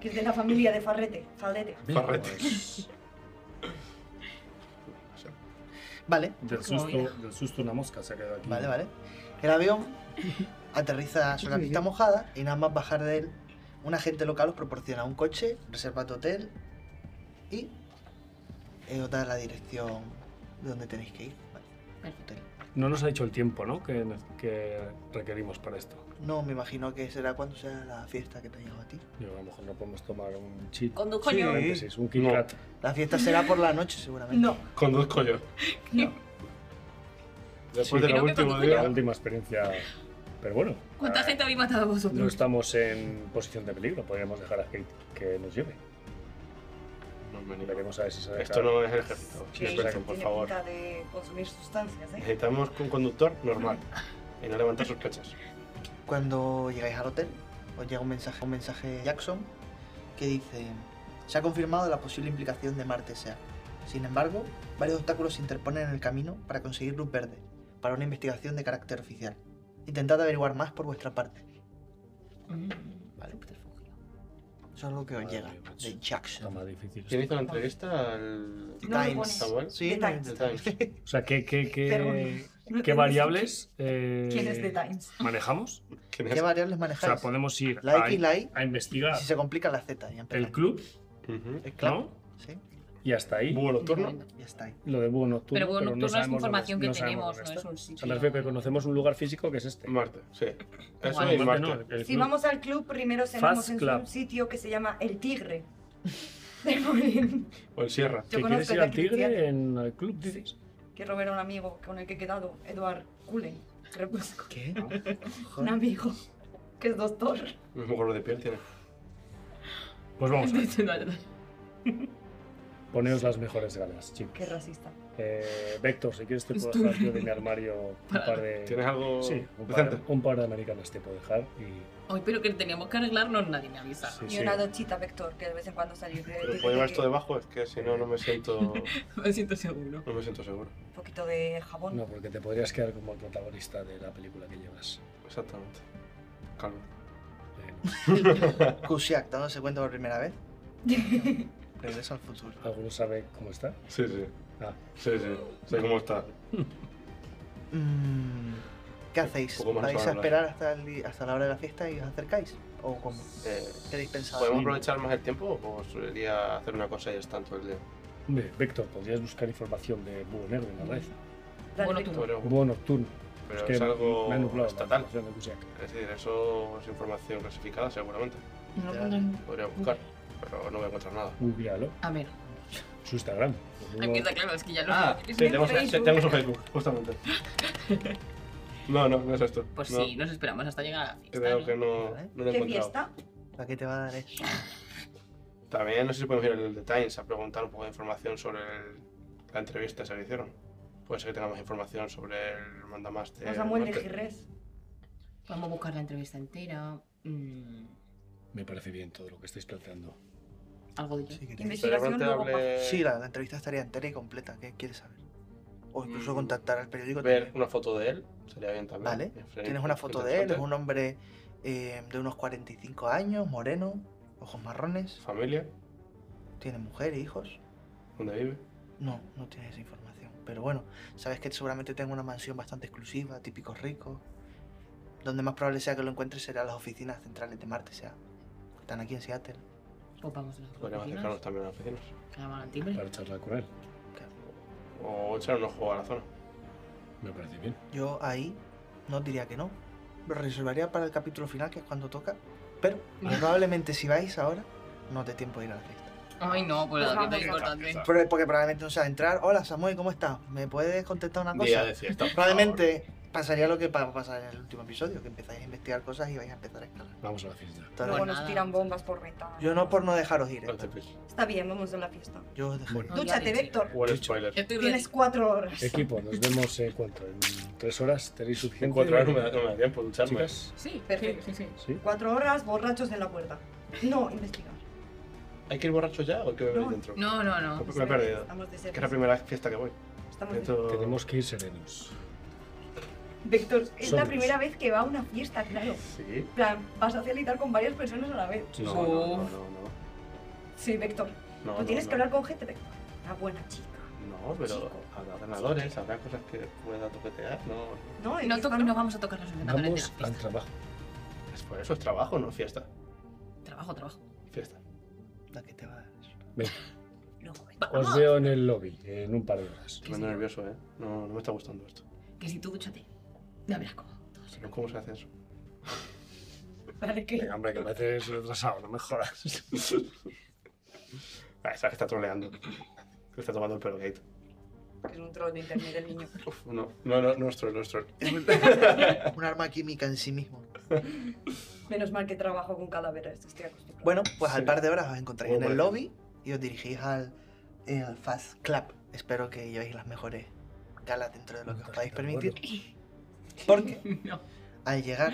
S4: Que es de la familia de Farrete, Faldete.
S6: Farrete.
S9: Pues,
S2: Vale,
S9: Del susto, del susto una mosca se ha quedado aquí.
S2: vale, vale. El avión aterriza sobre la pista mojada y nada más bajar de él, un agente local os proporciona un coche, reserva tu hotel y eh, os da la dirección de donde tenéis que ir. Vale,
S5: Perfecto.
S2: hotel.
S9: No nos ha dicho el tiempo, ¿no? Que, que requerimos para esto.
S2: No, me imagino que será cuando sea la fiesta que te llevo a ti.
S9: Yo a lo mejor no podemos tomar un chip.
S10: Con tu
S2: Sí.
S10: coño.
S9: Paréntesis, un Kit
S6: No.
S9: Kat.
S2: La fiesta será por la noche, seguramente.
S4: No,
S6: Conduzco yo.
S4: no.
S6: Después de
S9: Sí,
S5: creo
S6: lo
S5: que
S6: último
S5: conduzco
S6: día.
S9: La última experiencia. Pero bueno, eh,
S5: ¿Cuánta gente habéis matado vosotros?
S9: no estamos en posición de peligro. Podríamos dejar a Kate que nos lleve.
S6: No me animo.
S9: Veremos a ver si se
S6: Esto no es el ejército.
S9: Sí,
S6: Desperten,
S9: exacto.
S6: por
S4: Tiene
S6: favor.
S4: pinta de consumir sustancias, ¿eh?
S6: Necesitamos un conductor normal. Y no levantar sospechas.
S2: Cuando llegáis al hotel, os llega un mensaje, un mensaje de Jackson que dice: Se ha confirmado la posible implicación de Marte SEA. Sin embargo, varios obstáculos se interponen en el camino para conseguir luz verde, para una investigación de carácter oficial. Intentad averiguar más por vuestra parte.
S5: Mm,
S10: Vale. Subterfugio.
S2: Eso es lo que os
S9: Madre
S2: llega
S9: mía, macho.
S2: de
S9: Está
S2: Jackson.
S9: más difícil.
S6: ¿Quién hizo la entrevista al
S4: No me
S2: Times.
S4: pone.
S6: Samuel?
S2: Sí,
S4: The Times.
S2: The
S6: Times.
S9: O sea, ¿qué, qué, qué,
S4: Perdón. No
S9: qué
S4: tengo-
S9: variables eh,
S4: ¿Quién es The Times?
S9: manejamos?
S6: ¿Quién
S2: ¿Qué
S6: es?
S2: variables
S9: O sea,
S2: manejáis?
S9: podemos ir
S2: La
S9: a,
S2: X, la Y,
S9: a investigar
S2: si se complica la Z. Ya empezamos.
S9: el club,
S6: Ujú.
S2: El club,
S9: ¿no?
S2: Sí,
S9: Y hasta ahí.
S6: Búho nocturno.
S5: Pero
S2: ya está ahí.
S9: Lo de búho nocturno.
S5: bueno,
S9: no
S5: nocturno es
S9: sabemos
S5: información
S9: dónde-
S5: que tenemos,
S9: sabemos dónde
S5: no es
S9: está.
S5: un
S9: O sea,
S5: sitio.
S9: me refiero que conocemos un lugar físico que es este.
S6: Marte, sí. Eso
S5: Vale,
S6: y Marte.
S9: no, el- el
S4: Si
S9: club.
S4: vamos al club, primero cenamos
S9: Fast
S4: en
S9: Club.
S4: un sitio que se llama El Tigre. De Molín.
S6: O el Sierra.
S4: Yo
S9: ¿Que quieres
S4: conozco
S9: ir
S4: a
S9: al
S4: Cristian,
S9: tigre en el club, dices?
S4: que Robert era un amigo con el que he quedado, Eduard Cullen. Crepúsculo.
S2: ¿Qué?
S4: Un
S2: Joder.
S4: amigo que es doctor.
S6: Mismo color de piel tiene.
S9: Pues vamos,
S5: Vale.
S9: poneos las mejores galas, chicos.
S4: Qué racista.
S9: Eh, Vector, si quieres te
S5: Pues
S9: puedo dejar yo de mi armario un par de...
S6: ¿Tienes algo
S9: Sí, un par,
S6: decente?
S9: un par de americanas te puedo dejar y...
S5: Hoy, pero que teníamos que arreglarnos, nadie me avisa.
S9: sí,
S4: Y
S9: sí.
S4: una dochita vector que de vez en cuando salir de.
S6: Pero
S4: de-
S6: puedo llevar
S4: de-
S6: esto debajo, es que si no, no me siento, no
S5: Me siento seguro.
S6: me siento seguro.
S4: Un poquito de jabón.
S9: No, porque te podrías quedar como el protagonista de la película que llevas.
S6: Exactamente. Calma.
S9: Eh,
S2: Kusiak, dándose cuenta por primera vez, regresa al futuro.
S9: ¿Alguno sabe cómo está?
S6: Sí, sí.
S9: Ah,
S6: Sí, sí. Sé cómo está.
S2: Mm, ¿Qué hacéis?
S6: Poco más
S2: ¿Vais a
S6: hablar.
S2: esperar hasta, el di- hasta la hora de la fiesta y os acercáis? ¿O cómo?
S6: Eh,
S2: ¿Qué dispensado?
S6: ¿Podemos aprovechar más el tiempo o sería hacer una cosa y es tanto el día?
S9: hombre, Vector, podrías buscar información de Búho Negro en la red.
S4: Dale,
S5: Bueno,
S4: Víctor.
S6: Pero,
S9: Búho Nocturno.
S6: pero es algo
S9: me ha nublado la
S6: estatal.
S9: información de Cusiac.
S6: Es decir, eso es información clasificada seguramente.
S5: No lo pondré en-
S6: Podría buscar, pero no voy a encontrar nada.
S9: Googlealo.
S5: A ver,
S9: Su Instagram. Lo
S5: aquí
S9: mismo-
S5: está claro, es que ya lo
S6: tenemos,
S4: Facebook.
S6: tenemos un Facebook, justamente. No, no, no es esto.
S5: Pues
S6: no,
S5: sí, nos esperamos hasta llegar a la fiesta.
S6: Creo
S5: ¿no?
S6: que no,
S2: Vale.
S6: no lo he
S4: ¿Qué
S6: encontrado.
S4: fiesta?
S2: ¿Para qué te va a dar eso?
S6: También no sé si podemos ir al The Times a preguntar un poco de información sobre el- la entrevista esa que hicieron. Puede ser que tengamos información sobre el mandamás de
S4: No Samuel de
S6: Marte.
S4: Girres.
S5: Vamos a buscar la entrevista entera. mm,
S9: Me parece bien todo lo que estáis planteando.
S5: algo de ello.
S2: Sí, que te-
S4: Investigación luego
S6: Seguramente
S4: pa-
S6: hable-
S2: Sí, la, la entrevista estaría entera y completa. ¿Qué quieres saber? O incluso
S6: Mm,
S2: contactar al periódico.
S6: Ver eh,
S2: también.
S6: una foto de él, sería bien también.
S2: Vale.
S6: Sería
S2: Tienes una foto de él,
S6: interesante.
S2: es un hombre eh, de unos 45 años, moreno, ojos marrones,
S6: familia,
S2: tiene mujer e hijos.
S6: dónde vive.
S2: No, no tienes esa información. Pero bueno, sabes que seguramente tengo una mansión bastante exclusiva, típicos ricos. Donde más probable sea que lo encuentres será las oficinas centrales de Marte, sea. que Están aquí en Seattle.
S5: O pues vamos a las
S6: Podríamos acercarnos
S5: oficinas,
S6: también a las oficinas.
S5: llaman al timbre.
S3: para charlar con él.
S6: O echar un ojo a la zona.
S3: Me parece bien.
S2: Yo ahí no diría que no. Lo reservaría para el capítulo final, que es cuando toca. Pero probablemente si vais ahora, no te tiempo de ir a la fiesta.
S5: Ay, no, pues la
S10: Vamos
S5: tienda es
S10: a
S5: importante.
S2: Pero- Porque probablemente no sabes entrar. Hola Samuel, ¿cómo estás? ¿Me puedes contestar una cosa?
S6: Día de fiesta. por
S2: Probablemente pasaría lo que pa- pasar en el último episodio, que empezáis a investigar cosas y vais a empezar a escalar.
S3: Vamos a la fiesta.
S2: Entonces,
S4: Luego
S5: nada.
S4: nos tiran bombas por ventana.
S2: yo no por no dejaros ir,
S6: favor.
S2: ¿eh?
S6: Ah, No te piques.
S4: Está bien, vamos a la fiesta.
S2: yo os dejaré.
S3: Bueno.
S4: Dúchate,
S5: leche.
S4: Víctor.
S6: Buen spoiler.
S5: Estoy
S4: Tienes cuatro horas.
S3: Equipo, nos vemos eh, cuánto, en tres horas. ¿Tenéis suficiente?
S6: En cuatro horas no me da, no me da tiempo de ducharme.
S3: Chicas,
S5: Sí,
S4: Perfecto.
S5: sí, sí, sí.
S3: sí.
S4: Cuatro horas borrachos en la puerta. No, investigar.
S6: ¿Hay que ir borracho ya o hay que beber
S4: No.
S6: dentro?
S5: No, no, no.
S6: Me he perdido.
S4: Pues Estamos de
S6: Que es la
S4: cerveza.
S6: primera fiesta que voy.
S4: Estamos de-
S6: Dentro...
S3: Tenemos que ir serenos.
S4: Víctor, es la
S3: Sobrios.
S4: primera vez que va a una fiesta, claro.
S6: Sí.
S4: En plan, vas a lidiar con varias personas a la vez.
S6: No,
S5: sí.
S6: no, no, no, no.
S4: Sí, Víctor.
S6: No,
S4: Tú
S6: no,
S4: Pues tienes
S6: no.
S4: que hablar con gente, Víctor. Una buena chica.
S6: No, pero
S4: Chico.
S6: habrá ganadores, habrá cosas que pueda toquetear, no.
S4: No,
S5: No,
S4: Y
S5: to-
S4: esta
S5: no Pues, vamos a tocar los ordenadores de la
S3: Vamos
S5: fiesta.
S3: al trabajo.
S6: Es por eso es trabajo, no fiesta.
S5: Trabajo, trabajo.
S6: Fiesta.
S2: La que te va a dar.
S3: Venga,
S5: Vamos.
S3: os veo en el lobby en un par de horas.
S6: Estoy ando nervioso, eh. No, no me está gustando esto.
S5: Que si tú dúchate, ya verás cómo. Todo será
S6: Pero ¿cómo se hace eso?
S4: Vale, que...
S3: Venga, hombre, que me haces retrasado, no me jodas.
S6: Ah, esa que está troleando. Que está tomando el pelo gate.
S4: que es un troll de internet el niño.
S6: Uf, no, no, no, no es troll, no es troll.
S2: Un arma química en sí mismo.
S4: Menos mal que trabajo con calaveras, estoy acostumbrado.
S2: Bueno, pues al
S6: Sí. Oh,
S2: par de horas os encontráis en
S6: Muy
S2: el
S6: bueno.
S2: lobby y os dirigís al el Fast Club. Espero que llevéis las mejores galas dentro de lo que os podáis permitir. Porque
S5: No.
S2: al llegar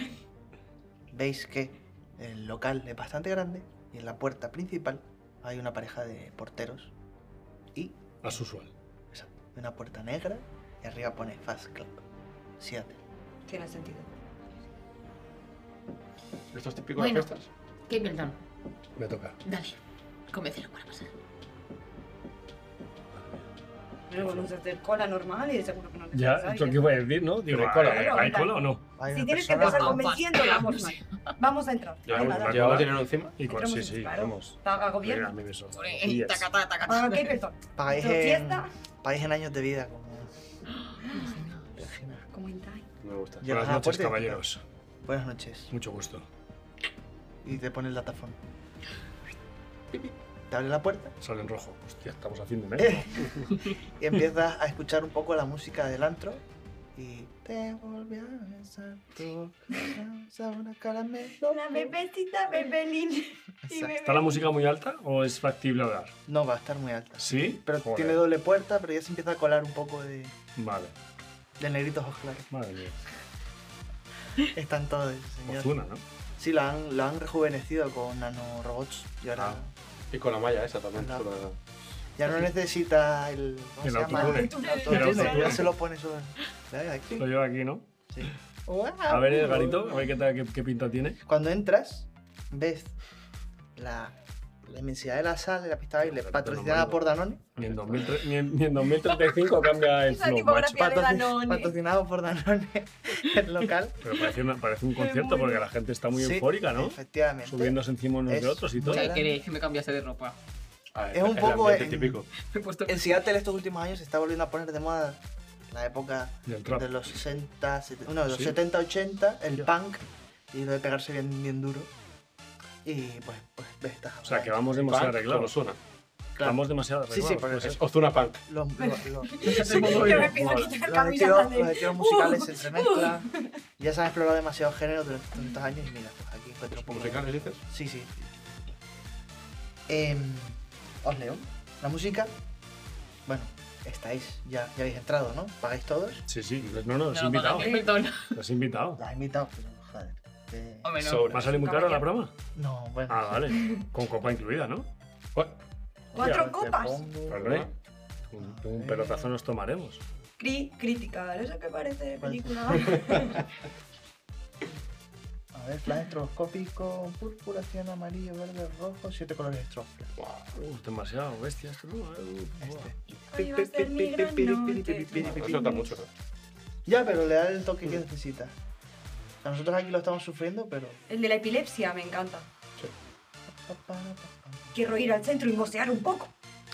S2: veis que el local es bastante grande y en la puerta principal hay una pareja de porteros y
S3: A su usual.
S2: una puerta negra y arriba pone Fast Club. Seattle.
S4: Tiene sentido.
S6: ¿Estos típicos
S5: Bueno.
S6: de fiestas?
S5: ¿Qué inventan?
S3: Me toca.
S5: Dale. Convéncelo para pasar.
S4: Luego nos hace cola normal y seguro que no les
S3: Ya,
S4: interesa,
S3: esto
S4: y
S3: que
S4: ya
S3: iba a decir, ¿no? Digo,
S6: Pero,
S3: cola,
S6: eh,
S4: Claro,
S3: ¿eh?
S9: ¿Hay cola o no?
S2: Hay
S4: Si
S2: una
S4: tienes que
S2: persona-
S4: empezar
S5: Vamos,
S4: convenciéndola,
S5: vamos.
S4: normal. Vamos a entrar. Venga,
S6: ¿Llevamos
S4: dale.
S6: llevamos dinero encima?
S3: Y con
S4: Entramos
S3: sí,
S4: en-
S3: sí,
S4: claro.
S3: vamos.
S4: Paga
S3: Venga, a
S4: gobierno.
S3: mí me sobra.
S5: Hombre,
S3: Yes.
S5: taca, taca, taca.
S4: Paga qué, Víctor.
S2: pagáis
S4: Pero
S2: en,
S4: fiesta. Ah,
S2: pagáis en años de vida. Como,
S4: Como en Thai.
S6: Me gusta.
S2: Ya.
S3: Buenas
S2: Ah,
S3: noches,
S2: fuerte.
S3: caballeros.
S2: buenas noches.
S3: Mucho gusto.
S2: y te pone el datafone. Te abre la puerta
S3: Sale en rojo. Hostia, estamos haciendo un
S2: Eh. y empiezas a escuchar un poco la música del antro. Y te volví a besar tu sabor a caramelo.
S4: Una bebecita, bebelín. Y
S2: Exacto.
S4: bebé.
S9: ¿Está la música muy alta o es factible hablar?
S2: No va a estar muy alta.
S9: Sí.
S2: Pero
S3: Joder.
S2: tiene doble puerta, pero ya se empieza a colar un poco de,
S3: Vale,
S2: de negritos ojos claros.
S3: madre mía.
S2: Están todos, señor.
S3: Ozuna, ¿no?
S2: Sí, la han, la han rejuvenecido con nanorobots. Y ahora
S6: Ah. Y con la malla esa también.
S2: Anda.
S6: con la-
S2: ya no necesita el. ¿Cómo
S3: El
S2: se llama?
S3: autotune.
S2: El
S3: El
S2: autotune.
S3: autotune.
S2: Ya se lo pone solo. Dale, aquí.
S9: Lo llevo aquí, ¿no?
S2: Sí.
S9: A ver, Edgarito, a ver qué, tal- qué- qué pinta tiene.
S2: Cuando entras, ves la, la inmensidad de la sala y la pista de baile patrocinada por Danone.
S9: Ni en, 2003 ni en- ni en 2035 cambia el
S4: Esa
S9: flow, macho.
S4: tipografía de
S2: Patrocin-
S4: Danone.
S2: Patrocinado por Danone, el local.
S9: Pero parece, una- parece un concierto
S4: muero.
S9: porque la gente está muy
S2: Sí,
S9: eufórica, ¿no?
S2: Efectivamente.
S9: Subiéndose encima unos de
S2: Es
S9: otros y todo.
S2: muy-
S5: ¿Qué queréis que me cambiase de ropa?
S6: Ah,
S2: Es un
S6: el
S2: poco
S6: ambiente
S2: en-
S6: típico.
S5: Me he puesto.
S2: En Seattle estos últimos años se está volviendo a poner de moda la época
S3: Del rap.
S2: de los 60, 70, no, de los
S3: Sí.
S2: 70, 80, el
S3: Ya.
S2: punk y lo de pegarse bien, bien duro. Y pues, pues ves estas
S3: O sea, que vamos
S6: Punk,
S3: demasiado
S6: como
S3: arreglados.
S6: suena. Pues
S2: claro,
S9: Vamos demasiado
S2: Sí, sí,
S9: arreglados.
S2: porque
S3: pues,
S6: Es Ozuna Punk.
S2: los, los, los-
S4: Sí, Yo me empiezo a quitar
S2: Los
S4: camisas
S2: estilos,
S4: de...
S2: los estilos musicales se entremezclan.
S3: Uh.
S2: Ya se han explorado demasiados géneros durante tantos años y mira, pues aquí encuentro un poco. de-
S6: ¿Musicales dices?
S2: Sí, sí. Em, os leo. La música. Bueno, estáis, ya, ya habéis entrado, ¿no? ¿Pagáis todos?
S3: Sí, sí. No, no,
S5: No,
S3: los he
S5: no,
S3: invitado.
S5: no, no, no.
S3: Los he invitado.
S2: Las he invitado, pero joder. eh,
S5: Hombre, no.
S6: Sobre.
S3: ¿Va a salir muy cara la broma?
S2: No, bueno.
S3: Ah, vale. Con copa incluida, ¿no?
S6: Bueno,
S4: Cuatro
S2: te
S4: copas.
S2: pongo-
S3: Hombre, un, un pelotazo nos tomaremos.
S4: Cri crítica, eso que parece de película.
S2: A A ver, flash estroboscópico, púrpura, cian, amarillo, verde, rojo, siete colores estrofla.
S3: Uh, demasiado bestia esto, ¿no? Eh, uh,
S2: Este.
S10: Hoy va a ser mi gran noche.
S6: No se nota mucho.
S2: Ya, pero le da el toque que necesita. A nosotros aquí lo estamos sufriendo, pero.
S4: El de la epilepsia me encanta.
S2: pa, pa, pa, pa, pa.
S4: Quiero ir al centro y mosear un poco.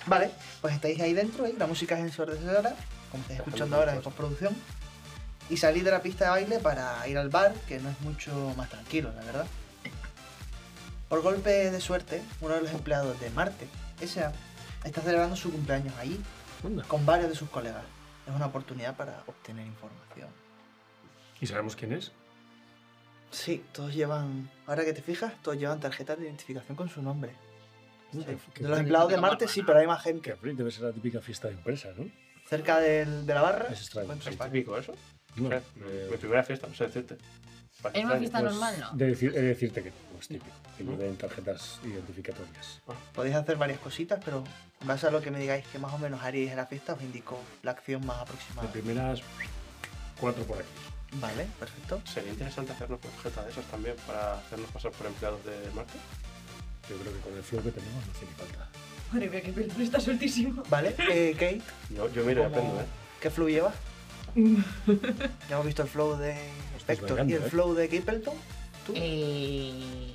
S2: Vale, pues estáis ahí dentro, ¿eh? la música es ensordecedora, como estáis escuchando ahora en postproducción. Y salís de la pista de baile para ir al bar, que no es mucho más tranquilo, la verdad. Por golpe de suerte, uno de los empleados de Marte, S.A., está celebrando su cumpleaños allí,
S3: Anda.
S2: con varios de sus colegas. Es una oportunidad para obtener información.
S3: ¿Y sabemos quién es?
S2: Sí, todos llevan, ahora que te fijas, todos llevan tarjetas de identificación con su nombre. Sí,
S3: qué
S2: De los empleados de Marte sí, pero hay más gente.
S3: Que abrir debe ser la típica fiesta de empresa, ¿no?
S2: Cerca del- de la barra.
S3: Es extraño,
S2: encuentras
S3: sí.
S2: varios.
S6: Típico eso.
S3: No,
S6: Espera,
S3: eh,
S6: Mi primera fiesta, no sé decirte.
S5: En una fiesta
S6: Pues,
S5: normal, ¿no?
S3: de, decir, he de decirte que no es típico. Que no den tarjetas identificatorias.
S2: Podéis hacer varias cositas, pero en base a lo que me digáis que más o menos haríais en la fiesta, os indico la acción más aproximada.
S3: Las primeras cuatro por aquí.
S2: Vale, perfecto.
S6: Sería interesante hacernos tarjetas de esas también para hacernos pasar por empleados de Marte.
S3: Yo creo que con el flow que tenemos no hace ni falta.
S4: Madre mía, qué película está sueltísimo.
S2: Vale, eh, Kate,
S6: Yo, yo miro y
S2: ¿Cómo?
S6: aprendo, ¿eh?
S2: ¿qué flow llevas? ya hemos visto el flow de Spector y
S3: bailando,
S2: el
S3: ¿eh?
S2: flow de Capleton. ¿Tú?
S5: Eh,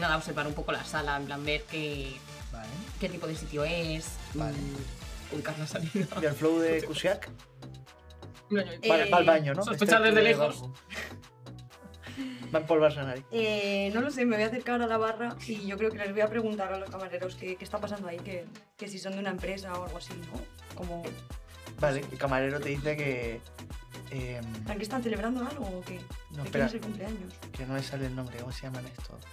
S5: nada, observar un poco la sala, en plan ver qué,
S2: Vale.
S5: qué tipo de sitio es,
S2: Vale.
S5: mm, ubicar la salida.
S2: ¿Y el flow de Kusiak?
S4: Eh,
S2: Vale, va al baño, ¿no?
S5: sospechar
S2: Este
S5: desde
S2: de
S5: lejos.
S2: abajo. Va a empolvarse la nariz.
S4: Eh, no lo sé, me voy a acercar a la barra y yo creo que les voy a preguntar a los camareros qué, qué está pasando ahí, que, que si son de una empresa o algo así, ¿no? Como,
S2: Vale, el camarero te dice que... eh,
S4: ¿a qué están celebrando algo o qué?
S2: no,
S4: ¿De quién
S2: espera,
S4: es el cumpleaños?
S2: que no me sale el nombre. ¿Cómo se llaman estos?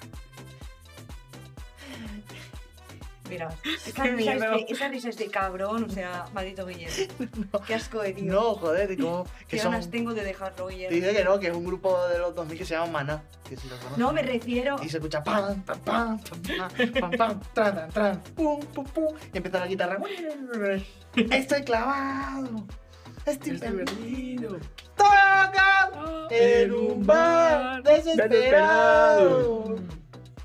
S4: Mira, esa risa, es de, esa risa es de cabrón, o sea, maldito Guillermo. Qué asco de tío.
S2: No, joder, ¿cómo?
S4: qué
S2: Que son...
S4: ganas tengo de dejarlo,
S2: Te
S4: Guillermo.
S2: dice que no, que es un grupo de los 2000 que se llama Maná. Que si lo conoces.
S4: No, me refiero...
S2: Y se escucha pam, pam, pam, pam, pam, pam, pam, tran, tran, tran, pum, pum, pum. Y empieza la guitarra. Estoy clavado. Estoy perdido. Toca en un bar desesperado.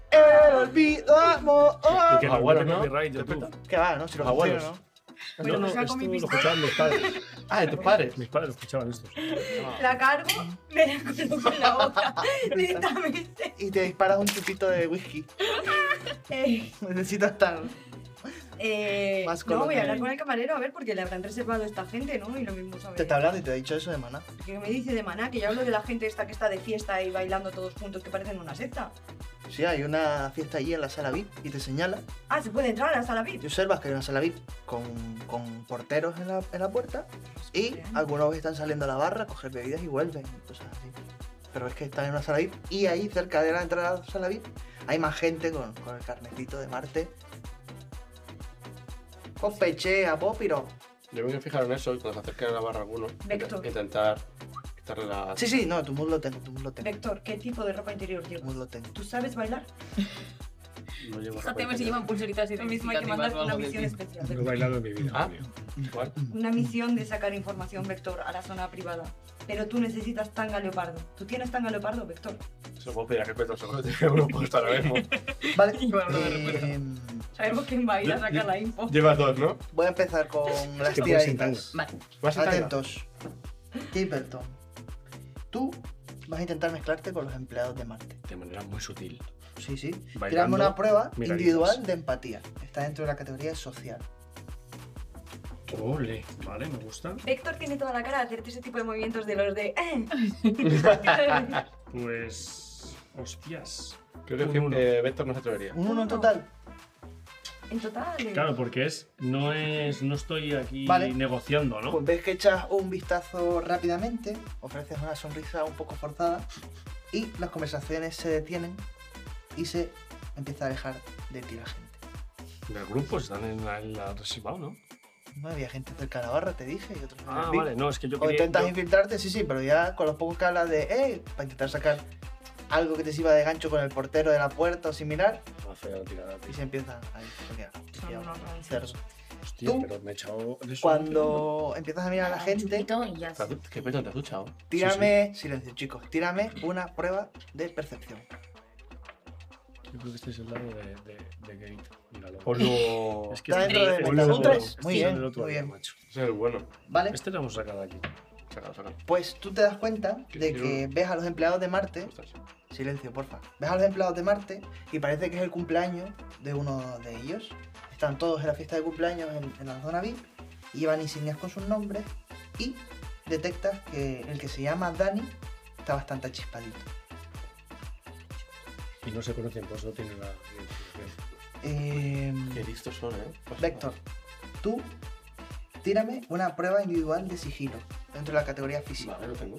S2: El olvido amor.
S3: Y que
S6: Ah,
S3: nos
S6: bueno,
S3: meten
S6: ¿no?
S3: copyright de
S6: Respeta.
S3: YouTube.
S2: Que va, ¿no? Si lo
S6: Abuelos.
S2: considero,
S4: Bueno,
S3: no, no,
S4: pues
S3: esto
S4: saco mi
S3: lo
S4: pistola.
S3: escuchaban mis padres.
S6: Ah, de tus padres.
S3: Mis padres lo escuchaban estos.
S4: La cargo, me la coloco en la boca directamente.
S2: ¿no? Y te disparas un chupito de whisky.
S4: Eh,
S2: Necesito estar.
S4: eh,
S2: Más
S4: no, voy
S2: colocada.
S4: a hablar con el camarero a ver porque le habrán reservado a esta gente, ¿no? Y lo mismo sabe.
S2: Te está hablando y te ha dicho eso de Maná.
S4: Que me dice de maná, que yo hablo de la gente esta que está de fiesta y bailando todos juntos, que parecen una secta.
S2: Sí, hay una fiesta allí en la sala VIP y te señala
S4: Ah, se puede entrar a la sala
S2: Y
S4: VIP.
S2: observas que hay una sala VIP con, con porteros en la, en la puerta y algunos están saliendo a la barra a coger bebidas y vuelven y cosas así. Pero es que están en una sala VIP y ahí cerca de la entrada a la sala VIP hay más gente con, con el carnecito de Marte. Con pechea, popiro.
S6: Yo me voy a fijar en eso y cuando se acerquen a la barra alguno,
S4: Vector.
S6: int- intentar quitarle la.
S2: Sí, sí, no, tu mood lo tengo, tu mood lo tengo.
S4: Vector, ¿qué tipo de ropa interior
S2: Tu
S4: llevas?
S2: mood lo tengo.
S4: ¿Tú sabes bailar?
S6: No llevo
S5: Fíjate a
S6: ropa
S5: ver si
S6: interior.
S5: llevan pulseritas y
S4: Lo mismo hay que mandar una misión
S3: No
S4: especial.
S3: he
S4: Vector.
S3: bailado en mi vida.
S6: Ah.
S3: tío.
S6: ¿Cuál?
S4: Una misión de sacar información, Vector, a la zona privada. Pero tú necesitas tanga leopardo. ¿Tú tienes tanga leopardo, Vector?
S6: Se lo puedo pedir a respeto, seguro que tiene uno puesto ahora mismo.
S2: Vale.
S10: Bueno, de
S2: em,
S4: Sabemos quién va a ir a
S6: Yo-
S4: sacar la info.
S6: Llevas dos, ¿no?
S2: voy a empezar con las
S3: que puedes sin
S2: tiraditas.
S5: Vale,
S6: ¿Vas a intentar?
S2: Atentos. Tippleton, tú vas a intentar mezclarte con los empleados de Marte.
S3: De manera muy sutil.
S2: Sí, sí.
S3: Bailando,
S2: Tirame una prueba
S3: miraditas.
S2: individual de empatía. Está dentro de la categoría social.
S3: Ole, vale, me gusta.
S4: Vector tiene toda la cara de hacerte ese tipo de movimientos de los de... "Eh".
S3: Pues. Hostias.
S6: Creo que
S3: Un uno.
S6: eh, Vector no se atrevería.
S2: Un uno en total.
S4: En total... eh,
S9: Claro, porque es, no es, no estoy aquí
S2: Vale.
S9: negociando, ¿no?
S2: Pues ves que echas un vistazo rápidamente, ofreces una sonrisa un poco forzada y las conversaciones se detienen y se empieza a alejar de ti la gente.
S3: Del grupo están en la, en la reservado, ¿no?
S2: No había gente cerca de la barra, te dije, y otros en el
S3: Ah,
S2: VIP.
S3: vale, no, es que yo
S2: O
S3: quería.
S2: intentas
S3: yo-
S2: infiltrarte, sí, sí, pero ya con los pocos que hablas de, eh, para intentar sacar algo que te sirva de gancho con el portero de la puerta o similar,
S3: Ah, fea la tirada,
S2: y
S3: tío.
S2: se empiezan a ir.
S4: Son unos rancios.
S2: cerdos.
S3: Hostia,
S2: Tú,
S3: pero me he echado. de eso un
S2: Cuando empiezas a mirar
S5: Ah,
S2: a la
S10: Un
S2: gente,
S10: chupito y ya
S6: ¿Te has
S10: está.
S6: du- ¿Qué pedo te has duchado?
S2: tírame. Silencio, chicos. Tírame una prueba de percepción.
S3: Yo creo que este es el lado de, de, de Gate. Míralo.
S6: O no.
S3: Es que
S2: Está dentro de
S3: este-
S2: meta. Un
S3: este-
S2: tres.
S3: este
S2: Muy
S3: es
S2: bien,
S3: del otro
S2: muy
S3: día,
S2: bien.
S3: macho.
S6: Ese es el bueno.
S2: ¿Vale?
S3: Este lo hemos sacado aquí.
S6: Sácalo, sácalo.
S2: Pues tú te das cuenta
S6: Que
S2: de
S6: yo-
S2: que ves a los empleados de Marte.
S6: Ostras.
S2: Silencio, porfa. Ves a los empleados de Marte y parece que es el cumpleaños de uno de ellos. Están todos en la fiesta de cumpleaños en, en la zona VIP. y Llevan insignias con sus nombres y detectas que el que se llama Dani está bastante chispadito.
S3: Y no se conocen, pues no tienen la identificación.
S6: Qué listos son, eh. Ostras.
S2: Em, Vector, tú tírame una prueba individual de sigilo dentro de la categoría física.
S6: Vale, lo tengo.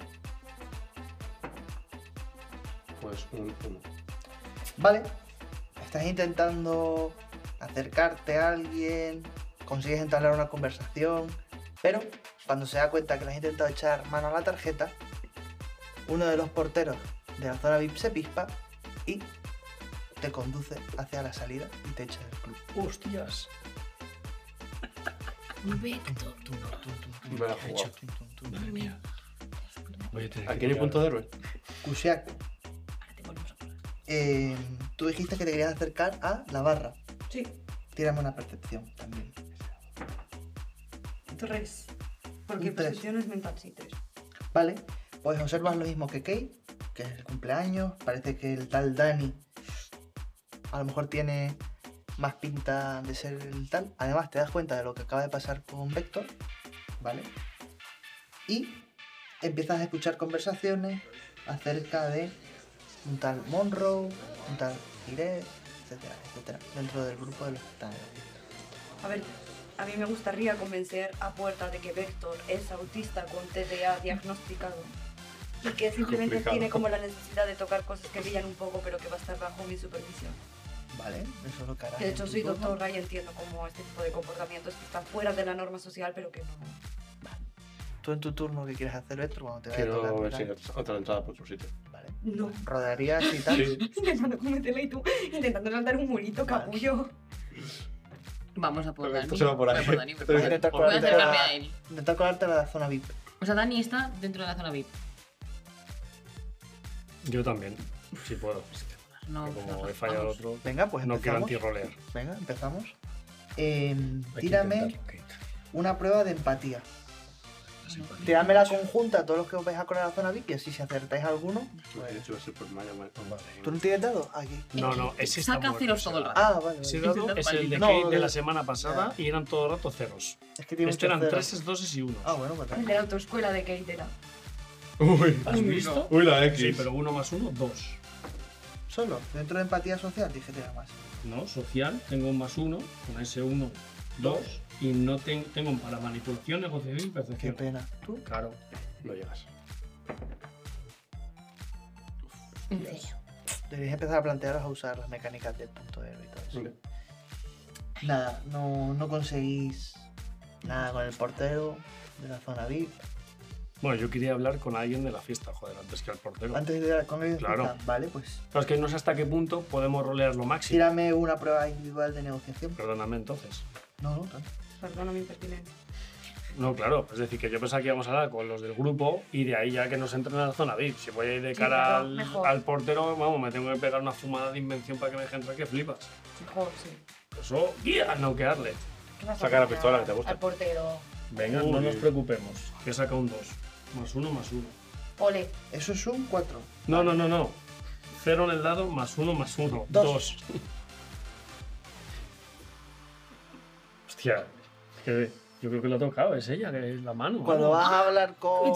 S6: Pues un uno.
S2: Vale. Estás intentando acercarte a alguien, consigues entablar una conversación, pero cuando se da cuenta que le has intentado echar mano a la tarjeta, uno de los porteros de la zona VIP se pispa y te conduce hacia la salida y te echa del club.
S3: ¡Hostias!
S5: Vector.
S6: Me la he jugado.
S3: Madre mía. Voy a tener
S6: Aquí no hay punto de héroe.
S2: Kusiak,
S5: Ahora te volvemos a poner.
S2: eh, tú dijiste que te querías acercar a la barra.
S4: Sí.
S2: Tírame una percepción también.
S4: Tres. Porque
S2: Un tres.
S4: percepción es mental, sí, tres.
S2: Vale, pues observas lo mismo que Kate, que es el cumpleaños. Parece que el tal Dani a lo mejor tiene más pinta de ser el tal. Además, te das cuenta de lo que acaba de pasar con Vector, ¿vale? Y empiezas a escuchar conversaciones acerca de un tal Monroe, un tal Iret, etcétera, etcétera, dentro del grupo de los que están.
S4: A ver, a mí me gustaría convencer a Puerta de que Vector es autista con TDA diagnosticado y que simplemente
S6: Complicado.
S4: tiene como la necesidad de tocar cosas que brillan un poco, pero que va a estar bajo mi supervisión.
S2: ¿Vale? Eso es lo que harás
S4: De
S2: en
S4: hecho,
S2: tu
S4: soy
S2: turno.
S4: doctora y entiendo como este tipo de comportamientos que están fuera de la norma social, pero que no.
S2: Tú en tu turno, ¿qué quieres hacer, Vector? Cuando te vaya a tocar.
S6: Quiero ver si hay
S2: ¿verdad?
S6: otra entrada por su sitio.
S2: Vale.
S4: No.
S2: Rodarías y tal.
S6: Sí.
S4: Intentando cometerla y tú, intentando saltar un murito, capullo.
S5: Vamos a por Dani.
S6: Esto se va por
S5: Voy
S6: ahí.
S5: a por Dani, por
S2: Voy a
S5: favor.
S2: intentar
S6: Voy a
S5: Voy a
S2: colarte a
S5: acercarme
S2: la-
S5: a él.
S2: intentar colarte a la zona VIP.
S5: O sea, Dani está dentro de la zona VIP.
S3: Yo también, si puedo.
S5: No,
S3: Pero
S5: no,
S3: como
S5: no,
S3: he fallado
S5: vamos.
S3: otro,
S2: Venga, pues
S3: no quiero
S2: empezamos.
S3: antirrolear.
S2: Venga, empezamos. Eh,
S3: Hay que
S2: tírame
S3: intentarlo, Kate.
S2: una prueba de empatía.
S5: Bueno,
S2: Tírame la conjunta a todos los que os vais a colar a la zona VIP y así si acertáis alguno. pues,
S6: De hecho, va a ser por Maya, vale.
S2: ¿Tú no tienes dado? Aquí.
S3: No, no, ese está
S5: Saca
S3: muerto,
S5: ceros
S3: ese
S5: todo el
S3: dado.
S5: rato.
S2: Ah, vale.
S3: Ese
S2: vale.
S3: dado es el de
S2: No,
S3: Kate
S2: no,
S3: de
S2: no.
S3: la semana pasada y eran todo el rato ceros.
S2: Es que tiene
S3: Este
S2: muchos
S3: eran
S2: ceros.
S3: treses, doses y uno.
S2: Ah, bueno, pues
S4: El de la autoescuela de Kate era.
S6: Uy,
S3: ¿Has visto?
S6: uy, la X.
S3: Sí, pero uno más uno, dos.
S2: Solo. Dentro de empatía social dije que era más.
S3: No, social, tengo un más uno, con ese uno, dos, y no ten- tengo para manipulación, negociación y
S2: Qué
S3: percepción.
S2: pena. ¿Tú?
S3: Claro.
S6: No llegas.
S5: en serio.
S2: Deberías empezar a plantearos a usar las mecánicas del punto de héroe y todo eso.
S6: Vale.
S2: Nada, no, no conseguís nada con el portero de la zona VIP.
S3: Bueno, yo quería hablar con alguien de la fiesta, joder, antes que al portero.
S2: Antes de dar con ellos,
S3: Claro.
S2: quizá, vale, pues
S3: Pero es que no sé hasta qué punto podemos rolear lo máximo.
S2: tírame una prueba individual de negociación.
S3: Perdóname entonces.
S2: No, no, tanto.
S4: Perdona mi impertinencia.
S3: No, claro, es decir, que yo pensaba que íbamos a hablar con los del grupo y de ahí ya que nos entren a la zona VIP. Si voy a ir de
S4: Sí,
S3: cara
S4: claro,
S3: al,
S4: mejor.
S3: al portero, vamos, me tengo que pegar una fumada de invención para que me deje entrar que flipas.
S4: Mejor, sí.
S3: Eso, guía, noquearle.
S4: ¿Qué vas a
S6: Saca la
S4: hacer
S6: pistola que te
S4: al-
S6: gusta.
S4: Al portero.
S3: Venga,
S6: Uy.
S3: no nos preocupemos. Que saca un 2. Más uno, más uno.
S4: Ole.
S2: Eso es un 4.
S3: No, no, no, no. Cero en el dado, más uno, más uno.
S2: Dos.
S3: Dos. Hostia, que yo creo que lo ha tocado, es ella, que es la
S6: Uh.
S3: mano.
S2: Cuando vas a hablar con.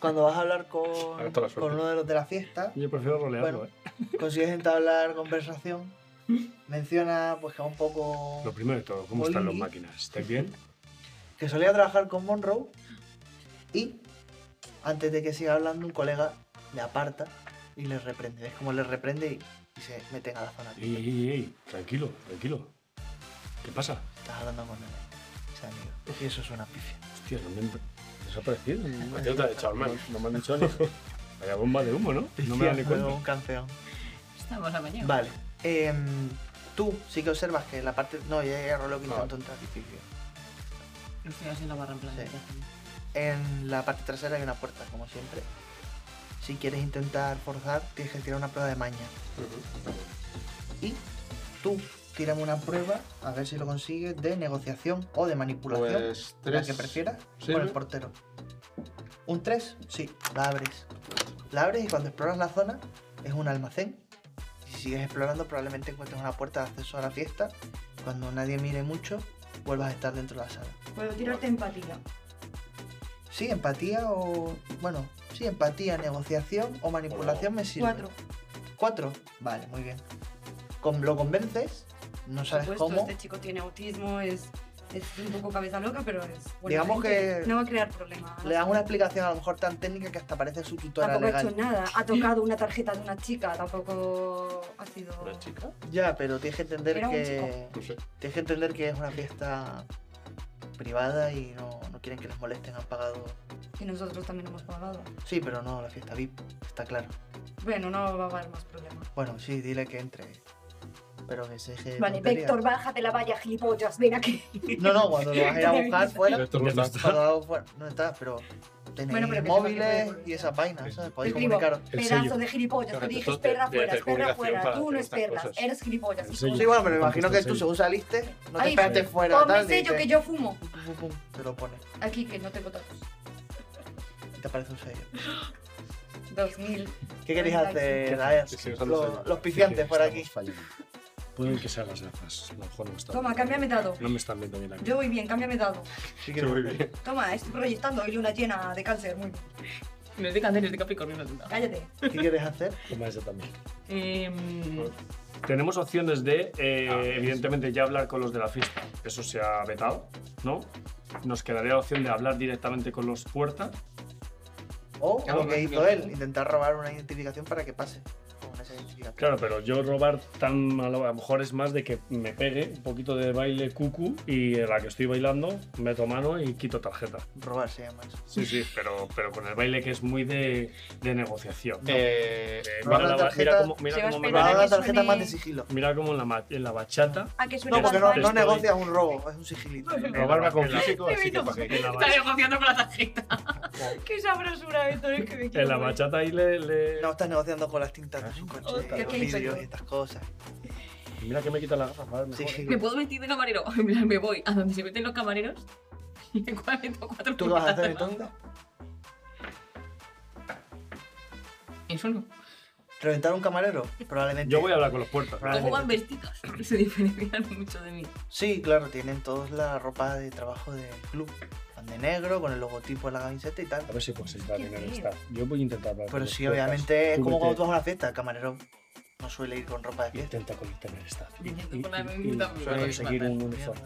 S2: Cuando vas a hablar
S6: A
S2: con,
S6: ver, toda la suerte.
S2: con uno de los de la fiesta,
S3: Yo prefiero rolearlo,
S2: Bueno.
S3: eh.
S2: consigues entablar conversación. Menciona pues que va un poco.
S3: Lo primero de todo, ¿cómo están las
S2: Oli.
S3: máquinas? ¿Estáis bien?
S2: que solía trabajar con Monroe y antes de que siga hablando un colega le aparta y le reprende. ¿Ves cómo le reprende y, y se meten a la zona?
S3: Ey, ey, ey, ey, tranquilo, tranquilo. ¿Qué pasa?
S2: Estás hablando con él. ahí, ese amigo. Y eso es una pifia.
S3: Hostia, no me han desaparecido. No,
S6: Yo te he echado, hermano.
S3: no me han dicho ni. Vaya bomba de humo, ¿no? No me dan ni
S2: Pifia,
S3: cuenta.
S2: un campeón.
S5: Estamos a mañana.
S2: Vale. em, Tú sí que observas que la parte. No, ya ya rollo que
S6: Vale.
S2: intentó entrar.
S5: Lo estoy haciendo barra en plan de
S2: Sí.
S5: creación.
S2: En la parte trasera hay una puerta, como siempre. Si quieres intentar forzar, tienes que tirar una prueba de maña. Y tú tírame una prueba, a ver si lo consigues, de negociación o de manipulación.
S6: Pues
S2: La
S6: tres.
S2: que prefieras
S6: Sí,
S2: por el
S6: ¿no?
S2: portero. ¿Un 3? Sí, la abres. La abres y cuando exploras la zona es un almacén. Si sigues explorando probablemente encuentres una puerta de acceso a la fiesta. Cuando nadie mire mucho, vuelvas a estar dentro de la sala.
S4: Puedo tirarte empatía.
S2: Sí, empatía o... Bueno, sí, empatía, negociación o manipulación me sirve.
S4: Cuatro.
S2: ¿Cuatro? Vale, muy bien. Con, lo convences, no sabes
S4: Por supuesto,
S2: cómo.
S4: este chico tiene autismo, es, es un poco cabeza loca, pero es. buena
S2: Digamos
S4: gente.
S2: que-
S4: No va a crear problemas.
S2: Le das una explicación a lo mejor tan técnica que hasta parece su tutora
S4: Tampoco ha
S2: legal.
S4: hecho nada. Ha tocado una tarjeta de una chica, tampoco ha sido.
S6: ¿Una chica?
S2: Ya, pero tienes que entender
S4: Era un
S2: que.
S4: chico.
S6: No sé.
S2: Tienes que entender que es una fiesta privada y no, no quieren que les molesten, han pagado.
S4: Y nosotros también hemos pagado.
S2: Sí, pero no, la fiesta VIP, está claro.
S4: Bueno, no va a haber más problemas.
S2: Bueno, sí, dile que entre. Pero que se deje.
S4: Vale,
S2: tonterías.
S4: Víctor, bájate la valla, gilipollas, ven aquí.
S2: Eh, No, no, cuando lo vas a ir a buscar fuera.
S6: Esto no
S3: Ya
S6: está.
S3: está.
S2: cuando lo vas a fuera- No está, pero. Tenéis
S4: Bueno, pero que sepa que puede
S2: móviles
S4: volver.
S2: y esas vainas, ¿sabes? Podéis
S4: Escribo,
S2: comunicaros.
S4: pedazo de gilipollas, te
S6: Fíjate,
S4: dije,
S6: todo te-
S4: esperra fuera,
S6: te- te
S4: esperra
S6: comunicación
S4: fuera,
S6: para
S4: tú no
S6: hacer estas
S4: esperras,
S6: cosas.
S4: eres gilipollas. Pues
S3: El
S4: hijo
S3: sello.
S2: Sí, bueno, pero me imagino que tú
S3: Sello.
S2: según saliste, no te
S4: Ahí.
S2: esperaste
S4: de-
S2: fuera.
S4: Ponme
S2: tal, y
S4: sello
S2: te-
S4: que yo fumo.
S2: pum, pum, pum, Te lo pones.
S4: Aquí, que no tengo datos.
S2: y Te aparece un sello.
S4: 2000.
S2: ¿Qué queréis hacer? A
S6: Sí, sí,
S2: ver,
S6: usando
S2: los,
S6: sello.
S2: los pifiantes
S3: Estamos
S2: por aquí.
S3: fallando. Pueden que sean las gafas. A lo mejor no me están
S4: Toma,
S3: viendo
S4: cámbiame
S3: bien.
S4: dado.
S3: No me están viendo bien aquí.
S4: Yo voy bien, cámbiame dado.
S2: Sí,
S6: Sí, muy bien.
S4: Toma, estoy proyectando hoy luna llena de cáncer. Muy bien.
S5: No es de cáncer, es de Capricornio, no es nada.
S4: Cállate.
S2: ¿Qué quieres hacer?
S3: Toma esa también.
S5: Em,
S9: Tenemos opciones de, eh,
S2: Ah,
S9: evidentemente, ya hablar con los de la fiesta. Eso se ha vetado, ¿no? Nos quedaría la opción de hablar directamente con los puertas.
S2: O
S6: Claro,
S2: lo que
S6: no,
S2: hizo
S6: no.
S2: él, intentar robar una identificación para que pase. Con esa identificación.
S9: Claro, pero yo robar tan a lo a lo mejor es más de que me pegue un poquito de baile cucu y en la que estoy bailando meto mano y quito tarjeta.
S2: Robar se llama eso.
S9: Sí, sí, pero, pero con el baile que es muy de, de negociación.
S6: Eh,
S9: Eh,
S2: robar
S9: mira,
S2: la
S9: la-
S2: tarjeta-
S9: mira cómo, mira
S10: Se va a
S9: cómo me
S10: esperar
S2: Robar
S9: va-
S10: a
S2: la
S10: que
S2: tarjeta
S10: suene-
S2: más de sigilo.
S9: mira cómo en la, ma- en la bachata.
S4: ¿A que suena
S2: No,
S4: la
S2: porque no,
S4: fanfarria?
S2: no
S9: estoy-
S2: negocias un robo, es un sigilito.
S6: robarme con
S9: en la-
S6: físico, así que para
S9: en
S6: qué.
S9: la ba-
S10: Está negociando con la tarjeta. Qué sabrosura, Víctor, es que me quiero
S9: En la
S10: morir.
S9: bachata ahí le, le-
S2: No, estás negociando con las tintas
S9: Ah,
S2: de su coche,
S4: Otra.
S2: los
S4: ¿Qué hizo
S2: vidrios
S4: yo?
S2: y estas cosas.
S9: Mira que me quita la gafa, joder, mejor, eh.
S2: Sigilo.
S5: ¿Me puedo vestir de camarero? En plan, me voy a donde se meten los camareros y me meto cuatro
S2: ¿Tú lo vas a hacer
S5: puñetazos.
S2: entonces?
S5: Eso no.
S2: ¿Reventar un camarero? Probablemente.
S9: Yo voy a hablar con los puertas.
S5: O
S2: probablemente.
S5: van vestidos. Se diferencian mucho de mí.
S2: Sí, claro, tienen todos la ropa de trabajo del club. Van de negro, con el logotipo en la camiseta y tal.
S3: A ver si puedes entrar
S10: Qué
S3: en el
S10: feo.
S3: staff. Yo voy a intentar hablar con
S2: Pero
S3: los
S2: sí,
S3: puertas.
S2: obviamente es
S3: Tú
S2: como cuando
S3: vete-
S2: tú vas a una fiesta, el camarero no suele ir con ropa de fiesta.
S3: Intenta conectar en el staff. Y,
S5: Intento
S3: y-
S5: con la
S3: y-
S5: misma
S3: y
S5: también.
S3: conseguir un
S2: Mierda.
S3: uniforme.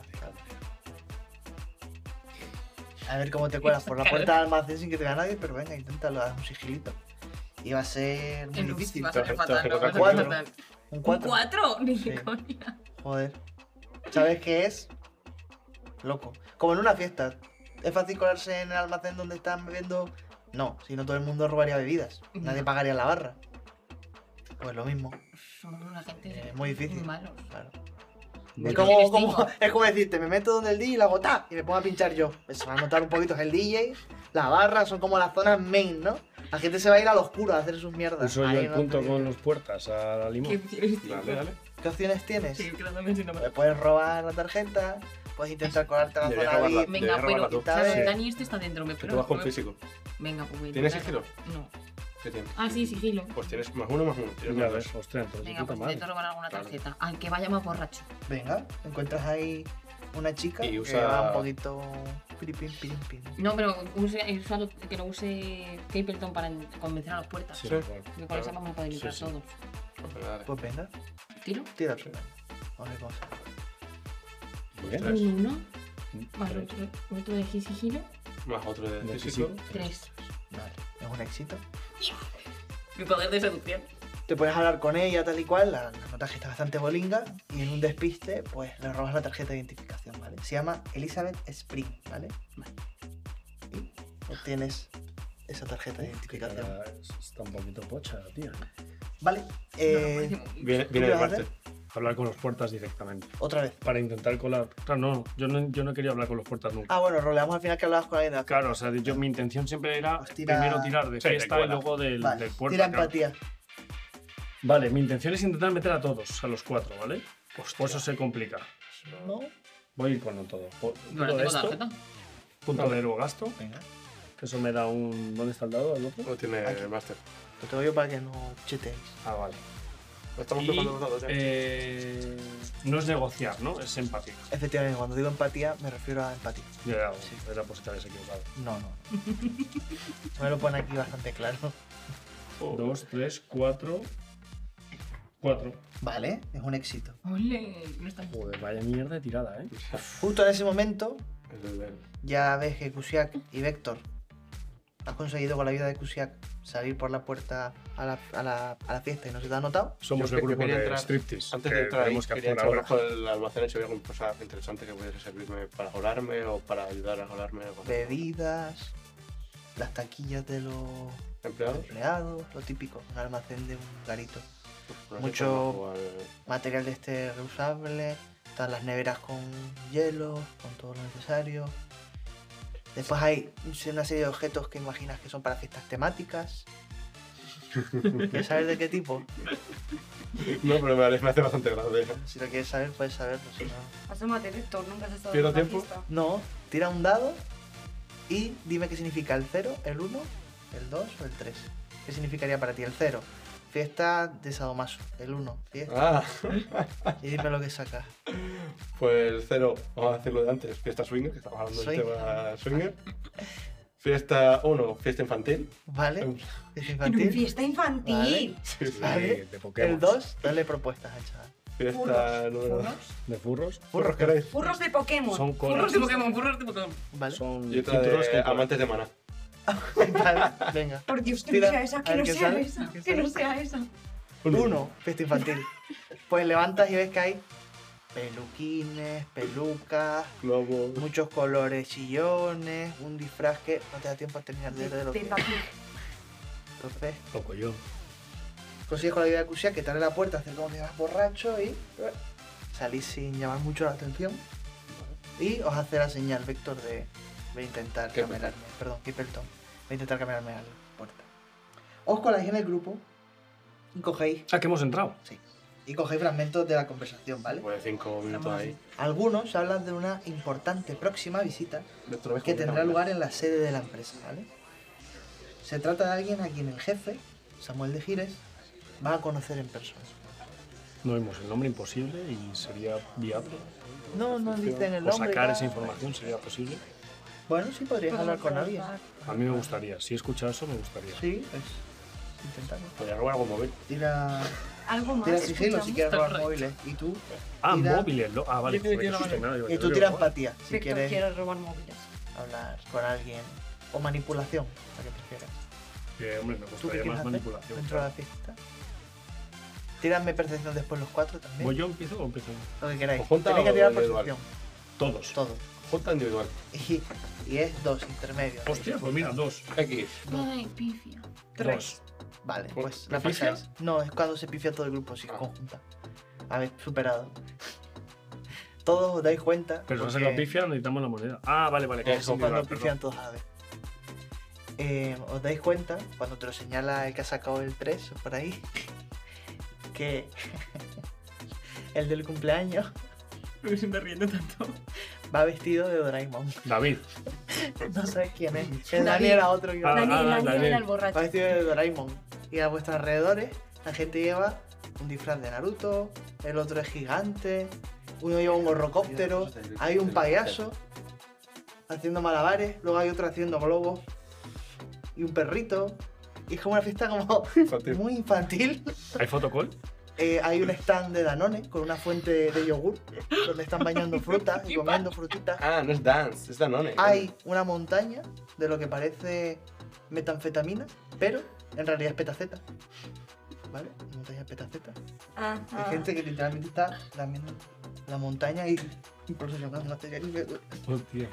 S2: A ver cómo te cuelas por la puerta del almacén sin que te vea nadie, pero venga, inténtalo, haz un sigilito. Y va a ser muy
S5: En
S2: difícil.
S5: va a ser
S6: pero-
S5: fatal.
S6: pero
S5: no, va a ser
S2: cuatro.
S5: fatal.
S2: Un
S5: ¿Un
S2: 4.
S5: cuatro? Ni
S2: Sí.
S5: de coña.
S2: Joder. ¿Sabes qué es? Loco. Como en una fiesta. ¿Es fácil colarse en el almacén donde están bebiendo? No, si no todo el mundo robaría bebidas. Nadie
S5: No.
S2: pagaría la barra. Pues lo mismo.
S5: Son una gente
S2: Es muy difícil.
S5: muy malos.
S2: Claro.
S5: Muy
S2: Es como,
S5: difícil.
S2: como- es como decirte, me meto donde el DJ y la hago ¡ta! y me pongo a pinchar yo. Pues se va a notar un poquito, es el DJ, la barra, son como las zonas main, ¿no? La gente se va a ir al oscuro a hacer sus mierdas.
S3: Uso yo
S2: Ahí
S3: el
S2: no
S3: punto
S2: te-
S3: con los puertas a la
S5: Qué
S3: limón.
S5: difícil.
S6: Dale, dale.
S2: ¿Qué opciones tienes?
S5: Sí, quedándome sin
S2: Le
S5: nombre.
S2: puedes robar la tarjeta, puedes intentar colarte a la
S6: Debería
S2: zona
S6: robarla.
S2: VIP.
S5: Venga,
S6: robarla tú.
S5: pero
S2: Sí.
S5: ¿sabes? Dani este está dentro, me
S6: Que
S5: espero.
S6: tú vas con
S5: no me-
S6: físico.
S5: Venga, pues voy a
S6: ¿Tienes
S5: intentar- No.
S6: ¿Qué tienes?
S5: Ah, sí, sigilo.
S6: Pues tienes más uno, más uno. Tienes
S3: Ya
S6: más
S3: ves,
S6: dos.
S3: ostras, entonces
S5: Venga,
S3: puta
S5: pues
S3: madre.
S5: intento robar alguna
S6: Claro.
S5: tarjeta. Al que vaya más borracho.
S2: Venga, encuentras ahí una chica
S6: Y
S2: que
S6: usa-
S2: va un poquito. piri, pim, pim, pim.
S5: No, pero use, usalo- que lo use Capleton para en- convencer a los puertas.
S3: Sí,
S6: Sí.
S3: bueno.
S5: Que con esa vamos a poder
S6: Sí,
S5: luchar
S6: sí.
S5: todos.
S6: Dale.
S2: Pues venga,
S5: ¿Tiro?
S2: tira tu dado. Vamos a ver cómo sale.
S3: Muy bien.
S6: Tres.
S5: Un uno, más otro, otro de sigilo,
S6: Más otro de
S3: De
S6: físico.
S3: físico.
S5: tres.
S2: Vale, es un éxito.
S5: Mi poder de seducción.
S2: Te puedes hablar con ella tal y cual, la, la notas que está bastante bolinga y en un despiste pues le robas la tarjeta de identificación, ¿vale? Se llama Elizabeth Spring, ¿vale?
S5: Vale.
S2: Y obtienes esa tarjeta de identificación,
S3: Ahora Está un poquito pocha, tía.
S2: ¿vale? Eh,
S5: No, no,
S6: Viene,
S2: ¿Tú
S6: viene
S2: qué
S6: de
S2: vas a
S6: parte.
S3: hablar con los puertas directamente.
S2: Otra vez.
S3: Para intentar colar. Claro, no, yo no, yo no quería hablar con los puertas nunca.
S2: Ah, bueno, roleamos al final que hablabas con alguien de
S3: Claro, o sea, yo mi intención siempre era
S2: Pues tira-
S3: primero tirar de
S6: Sí, de
S3: fiesta y
S6: cuela.
S3: luego del,
S2: Vale,
S3: del puerta.
S2: tira
S3: claro.
S2: empatía.
S3: Vale, mi intención es intentar meter a todos, a los cuatro, ¿vale? Pues por eso se complica.
S2: No.
S3: Voy a ir con todo. Por-
S5: Bueno,
S3: todo
S5: tengo
S3: esto,
S5: tarjeta.
S3: punto de héroe gasto,
S2: Venga.
S3: que eso me da un. ¿Dónde está el dado? ¿El otro?
S6: No tiene
S2: Aquí.
S6: el máster.
S2: Lo tengo yo para que no cheteéis.
S3: Ah, vale.
S6: Estamos
S3: Y,
S6: preparando los dados ya.
S3: eh, no es negociar, ¿no? Es empatía.
S2: Efectivamente, cuando digo empatía, me refiero a empatía.
S3: Ya, ya,
S2: Sí.
S3: era por si te habías equivocado.
S2: No, no. me lo pone aquí bastante claro.
S3: Dos, tres, cuatro. Cuatro.
S2: Vale, es un éxito.
S5: Ole, no está
S3: Joder, vaya mierda de tirada, ¿eh?
S2: Justo en ese momento,
S6: El del- el-
S2: ya ves que Kusiak y Vector has conseguido con la ayuda de Kusiak salir por la puerta a la, a la- a la fiesta y no se te ha notado.
S3: Somos
S6: Yo
S3: el
S6: que-
S3: grupo
S6: quería
S3: de
S6: entrar-
S3: striptease.
S6: Antes
S3: que
S6: de entrar ahí,
S3: tenemos que
S6: quería
S3: hacer
S6: echar un
S3: ahora.
S6: ojo al almacén si había alguna cosa interesante que pudiese servirme para jolarme o para ayudar a jolarme. o con-
S2: Bebidas, las taquillas de los
S6: ¿Empleados?
S2: empleados, lo típico, un almacén de un garito.
S6: No sé,
S2: Mucho-
S6: trabajo al-
S2: Material de este reusable, están las neveras con hielo, con todo lo necesario. Después hay una serie de objetos que imaginas que son para fiestas temáticas. ¿Quieres saber de qué tipo?
S6: No, pero me hace- me hace bastante gracia.
S2: Si lo quieres saber, puedes saberlo. si no...
S4: Asómate, Víctor, nunca has estado
S6: ¿Pierdo
S4: en una
S6: tiempo?
S4: fiesta.
S2: No, tira un dado y dime qué significa el 0, el 1, el 2 o el 3. ¿Qué significaría para ti el 0? Fiesta de Sadomaso. El 1, fiesta.
S6: Ah,
S2: Y dime lo que sacas.
S6: pues el cero, vamos a hacerlo de antes. Fiesta swinger, que estamos hablando del
S2: Swinger.
S6: tema swinger. Fiesta 1, fiesta infantil. Ah.
S2: ¿Vale? Fiesta
S4: En
S2: infantil.
S4: fiesta infantil.
S2: Vale.
S6: Sí, sí.
S2: ¿Vale?
S3: de Pokémon.
S2: El 2, dale propuestas al chaval.
S6: Fiesta
S4: Furros,
S6: número dos.
S4: furros.
S3: De furros.
S6: Furros queréis.
S4: Furros de Pokémon.
S3: Son colas.
S4: Furros de Pokémon, furros de Pokémon.
S2: ¿Vale?
S3: Son
S6: Y otra
S3: cinturones
S6: de
S3: con cola.
S6: amantes de maná.
S2: Vale, Venga.
S4: Por Dios, que
S2: Tira,
S4: no sea esa,
S2: a
S4: que
S2: ver
S4: no
S2: qué
S4: sea
S2: sale,
S4: esa,
S2: qué
S4: que no
S2: sale.
S4: sea esa.
S2: 1, fiesta infantil. Pues levantas y ves que hay peluquines, pelucas,
S6: Globo.
S2: muchos colores chillones, un disfraz que no te da tiempo a terminar de ver de lo que.
S4: Peppa Pig.
S2: Entonces,
S3: Loco yo.
S2: consigues con la ayuda de Cusia que te abre la puerta, hacer como que vas borracho y eh, salís sin llamar mucho la atención. Y os hace la señal, Vector, de voy a intentar
S6: Qué
S2: camelarme. Perdón, Kippelton. Voy a intentar camelarme a la puerta. Os coláis en el grupo y cogéis,
S3: Ah, que hemos entrado.
S2: y cogéis fragmentos de la conversación, ¿vale?
S6: Pues cinco minutos ahí.
S2: Algunos hablan de una importante próxima visita
S6: Dentro ves
S2: que
S6: cómo
S2: tendrá
S6: te
S2: lugar en la sede de la empresa, ¿vale? Se trata de alguien a quien el jefe, Samuel de Gires, va a conocer en persona.
S3: No vimos el nombre imposible y sería viable.
S2: No, no dicen el
S3: O
S2: nombre.
S3: sacar
S2: ya.
S3: esa información sería posible.
S2: Bueno, sí podrías hablar con alguien.
S3: A mí me gustaría. Si he escuchado eso, me gustaría.
S2: Sí, pues intentarlo.
S6: Podría robar algún móvil.
S2: Tira,
S4: Algo más.
S2: tira sigilo si
S4: escuchamos.
S2: quieres robar móviles. Y tú,
S3: Ah,
S2: Mira.
S3: móviles. lo- Ah, vale.
S9: Yo tengo
S3: joder,
S9: que
S3: qué
S9: ir a la
S3: susto,
S9: mano.
S3: nada, digo,
S2: y
S3: yo
S2: tú
S3: digo,
S2: tira
S3: joder.
S2: empatía si
S4: Víctor
S2: quieres
S4: quiere robar móviles.
S2: hablar con alguien. O manipulación, la que prefieras.
S3: Eh, hombre,
S2: ¿Tú
S3: me
S2: qué
S3: gustaría
S2: quieres
S3: más
S2: hacer
S3: manipulación.
S2: dentro de la fiesta? Tiradme percepción después los cuatro también.
S3: ¿Voy yo empiezo o empiezo?
S2: Lo que queráis.
S6: ¿O junta
S2: Tenéis que
S6: o
S2: tirar
S6: individual?
S2: percepción.
S3: Todos.
S2: Todo.
S6: Junta individual.
S2: Y, y es dos, intermedio.
S3: Hostia, pues mira, dos.
S6: X.
S10: Ay, pifia.
S3: Dos.
S2: Vale,
S6: ¿Por-
S2: pues
S6: te
S2: la
S6: pifia?
S2: pasáis. No, es cuando se pifia todo el grupo, si
S6: Ah.
S2: conjunta. Habéis superado. Todos os dais cuenta.
S3: Pero no
S2: porque
S3: se lo pifia, necesitamos la moneda. Ah, vale, vale. que
S6: Es
S3: es
S6: como
S2: Cuando
S3: individual,
S2: pifian todos a la vez. Eh, os dais cuenta, cuando te lo señala el que ha sacado el 3 por ahí, que el del cumpleaños
S10: Me estoy riendo tanto.
S2: va vestido de Doraemon.
S3: perdón. David.
S2: No sabes quién es. El
S4: David.
S2: Dani era otro que iba
S3: Ah,
S4: Daniel,
S3: ah,
S4: Daniel
S3: Daniel.
S4: era el borracho.
S2: Va vestido de Doraemon. Y a vuestros alrededores, la gente lleva un disfraz de Naruto, el otro es gigante, uno lleva un gorrocóptero, hay un payaso haciendo malabares, luego hay otro haciendo globos y un perrito. Y es como una fiesta como
S6: Infantil.
S2: muy infantil.
S3: ¿Hay fotocall?
S2: Eh, hay un stand de Danone con una fuente de yogur donde están bañando frutas y comiendo frutitas.
S6: Ah, no es dance, es Danone.
S4: Em.
S2: Hay una montaña de lo que parece metanfetamina, pero en realidad es petaceta. ¿Vale? La montaña es petaceta.
S4: Ah,
S2: Hay
S4: ah.
S2: gente que literalmente está lamiendo la montaña y improvisionando.
S3: Hostia.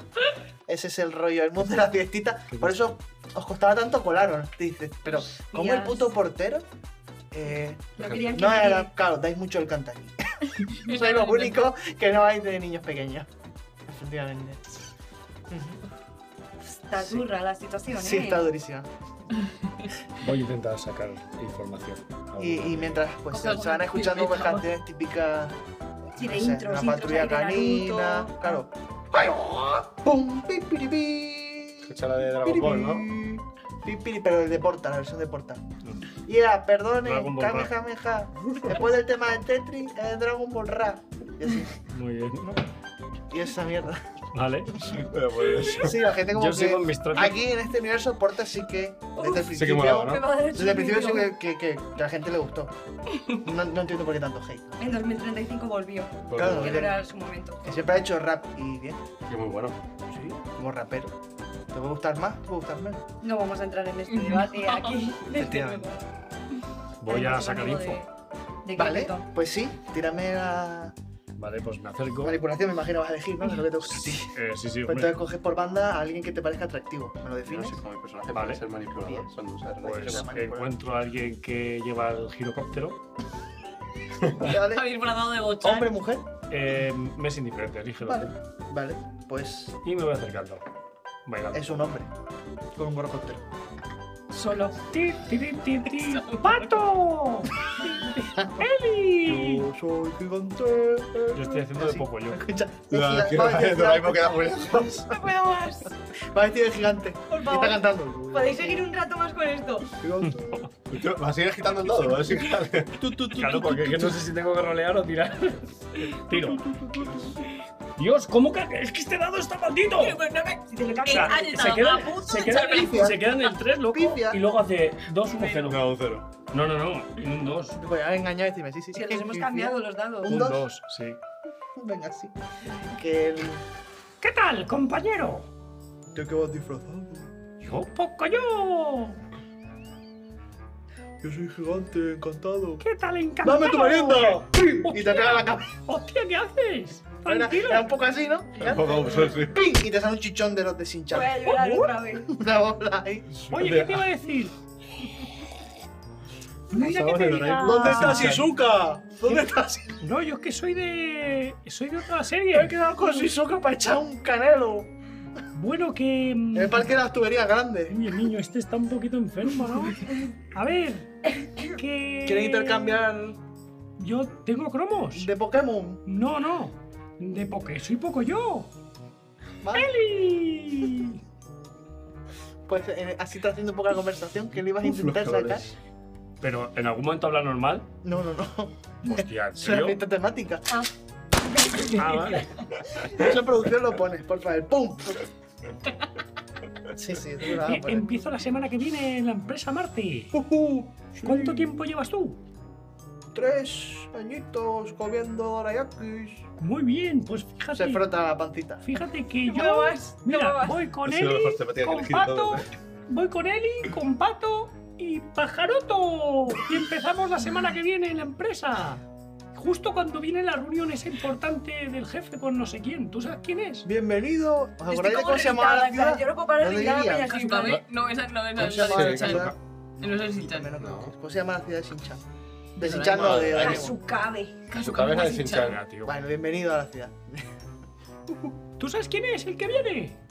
S2: Ese es el rollo, el mundo de las fiestitas.
S3: Qué
S2: Por eso os costaba tanto colaros, te dices. Pero, como el
S4: Hostias.
S2: puto portero? Eh,
S4: No querían que
S2: no
S4: nadie-
S2: era, claro, dais mucho el cantarín. Soy lo único que no hay de niños pequeños. Efectivamente.
S4: Está
S2: Sí.
S4: dura la situación,
S2: Sí,
S4: ¿eh?
S2: está durísima.
S3: Voy a intentar sacar información.
S2: Y, y mientras pues, se, se van escuchando pues, canciones típicas
S4: Sí, de
S2: No sé,
S4: intros,
S2: una
S4: intros
S2: patrulla
S4: ahí de Naruto.
S2: canina, claro. oh, ¡Pum! pi, piri, pi,
S6: Escucha la de Dragon Ball, ¿no?
S2: pi, piri, pero el de Portal, la versión de Portal. Ya, perdone,
S3: Dragon Ball Rap.
S2: Kamehameha. Después del tema de Tetris, es Dragon Ball Rap. Y, así,
S3: Muy bien.
S2: y esa mierda.
S3: Vale.
S2: Sí, la gente como
S3: Yo sigo en
S2: que...
S3: mis tratos.
S2: Aquí en este universo Portal sí que, desde el
S4: Uf,
S6: Sí que
S2: principio...
S6: molaba,
S4: Me
S6: ¿no?
S4: va a dar
S2: Desde el principio sí que,
S4: chungo.
S2: que, que a la gente le gustó. No, no entiendo por qué tanto hate.
S4: En 2035 volvió.
S2: Claro.
S4: Que no era su momento.
S2: Que siempre ha hecho rap y bien,
S6: Que muy bueno.
S2: sí, como rapero. ¿Te puede gustar más? ¿Te puede gustar menos?
S4: No vamos a entrar en este debate aquí.
S2: Efectivamente.
S3: Voy a
S4: Tenemos
S3: sacar
S4: algo de-
S3: info.
S4: De
S2: Vale,
S4: Gilberto.
S2: pues sí, tírame la
S3: Vale, pues me acerco.
S2: manipulación, me imagino vas a elegir, ¿no? Es lo que te gusta a ti.
S3: Eh, sí, sí,
S2: Pues
S3: hombre.
S2: entonces coges por banda a alguien que te parezca atractivo. ¿Me lo
S6: No
S2: defines?
S6: sé cómo mi personaje
S3: Vale.
S6: puede ser manipulador cuando usa
S3: Pues
S6: relaciones.
S3: encuentro a alguien que lleva el girocóptero.
S2: ¿Vale?
S5: Habéis bradado de bochar.
S2: ¿Hombre, mujer?
S3: Eh, me es indiferente, elígelo.
S2: Vale. Vale, pues
S3: Y me voy acercando. Bailando.
S2: es un hombre. Con un gorro cóctel.
S4: Solo.
S3: Ti, ti, ti, ti, ti. ¡Pato! ¡Eli!
S2: Yo soy gigante.
S3: Yo estoy haciendo de
S2: Así.
S3: poco yo.
S2: Escucha,
S6: La
S2: es
S6: que
S2: gigante,
S6: va de
S2: es
S6: Doraemon
S2: gigante.
S6: queda muy lejos.
S4: ¡No puedo más!
S2: Va vestido de gigante.
S4: Por
S2: Y está
S4: favor.
S2: cantando.
S4: ¿Podéis seguir un rato más con esto?
S2: Gigante.
S6: Tío, ¿Vas a ir agitando el dado? ¿Vas a ir-
S3: Claro, porque es que no sé si tengo que rolear o tirar. Tiro. Dios, ¿cómo que.? Es que este dado está maldito.
S4: Si te lo
S3: O
S4: cambias.
S3: sea, se, queda, se, queda en el, se queda en el 3, loco.
S2: Pifia.
S3: Y luego hace 2, 1, 0.
S6: No, un cero.
S3: No, no, no. en Un 2.
S2: Te voy a engañar y decirme, sí, sí, sí.
S4: Si los hemos
S2: sí,
S4: cambiado los dados.
S2: Un
S3: Un
S2: dos.
S3: 2, sí.
S2: sí. Venga, sí. Que el...
S3: ¿Qué tal, compañero?
S2: Yo que vas disfrazado.
S3: Yo, poco yo.
S2: Yo soy gigante, encantado.
S3: ¿Qué tal, encantado?
S2: ¡Dame tu merienda! ¡Pim! Y te pega la cabeza.
S3: Hostia, ¿qué haces?
S2: Era,
S3: Tranquilo.
S2: era un poco así, ¿no?
S6: Un poco absurdo, sí.
S2: ¡Pim! Y te sale un chichón de los de Sinchan.
S4: Voy a llorar otra vez.
S2: Una bola ahí.
S3: Oye, ¿qué te iba a decir? Mira que te diga.
S2: ¿Dónde está Shizuka? ¿Dónde está Shizuka?
S3: No, yo es que soy de. Soy de otra serie.
S2: Me he quedado con Shizuka para echar un canelo.
S3: Bueno, que. mm,
S2: En el parque de las tuberías grandes.
S3: Oye, el niño este está un poquito enfermo, ¿no? A ver, que...
S2: ¿Quieren intercambiar
S3: Yo tengo cromos.
S2: de Pokémon?
S3: No, no. De porque soy poco yo.
S2: ¿Vale?
S3: ¡Eli!
S2: Pues eh, así está haciendo un poco la conversación. ¿Qué le ibas a intentar sacar?
S3: Pero, ¿en algún momento habla normal?
S2: No, no, no.
S3: Hostia, ¿en
S2: Es una fiesta temática.
S3: Ah, vale.
S2: Esa producción lo pones, por favor. ¡Pum! Sí, sí, eso lo vas a
S3: Eh,
S2: poner.
S3: Empiezo la semana que viene en la empresa Marte.
S2: Ujú,
S3: ¿Cuánto
S2: sí.
S3: tiempo llevas tú?
S2: Tres añitos comiendo dorayakis.
S3: Muy bien, pues
S2: Se
S3: fíjate.
S2: frota la pancita.
S3: Fíjate que
S4: No
S3: yo.
S4: vas, no
S3: Mira,
S4: vas.
S3: voy con
S6: Ha sido la
S3: Eli,
S6: mejor temática que he
S3: con
S6: elegido,
S3: Pato,
S6: ¿eh?
S3: voy con Eli, con Pato y Pajaroto. Y empezamos la semana que viene en la empresa. Justo cuando viene la reunión esa importante del jefe con no sé quién. ¿Tú sabes quién es?
S2: Bienvenido. ¿Os
S4: Estoy
S2: acordáis de
S4: como
S2: cómo se llamaba
S4: reventada,
S2: la
S4: en plan, Yo
S2: ciudad?
S4: no puedo parar de
S2: ¿Dónde
S4: gritar a
S2: iría?
S4: Peña
S5: Hasta
S4: Silva.
S5: ve- No, esa no, esa
S2: ¿Cómo
S5: es
S2: se
S5: la
S2: llamaba
S5: de
S2: la
S6: Shinchan.
S2: ciudad?
S5: Chan. No es el Sinchan.
S2: También lo
S6: No.
S2: conozco. ¿Cómo se llama la ciudad de Shinchan? De
S5: De
S2: Shinchan no, de
S6: Doraemon.
S2: Doraemon.
S4: Kazukabe.
S6: Su cabeza de Shinchan.
S3: tío.
S2: Bueno, bienvenido a la ciudad.
S3: ¿Tú sabes quién es el que viene?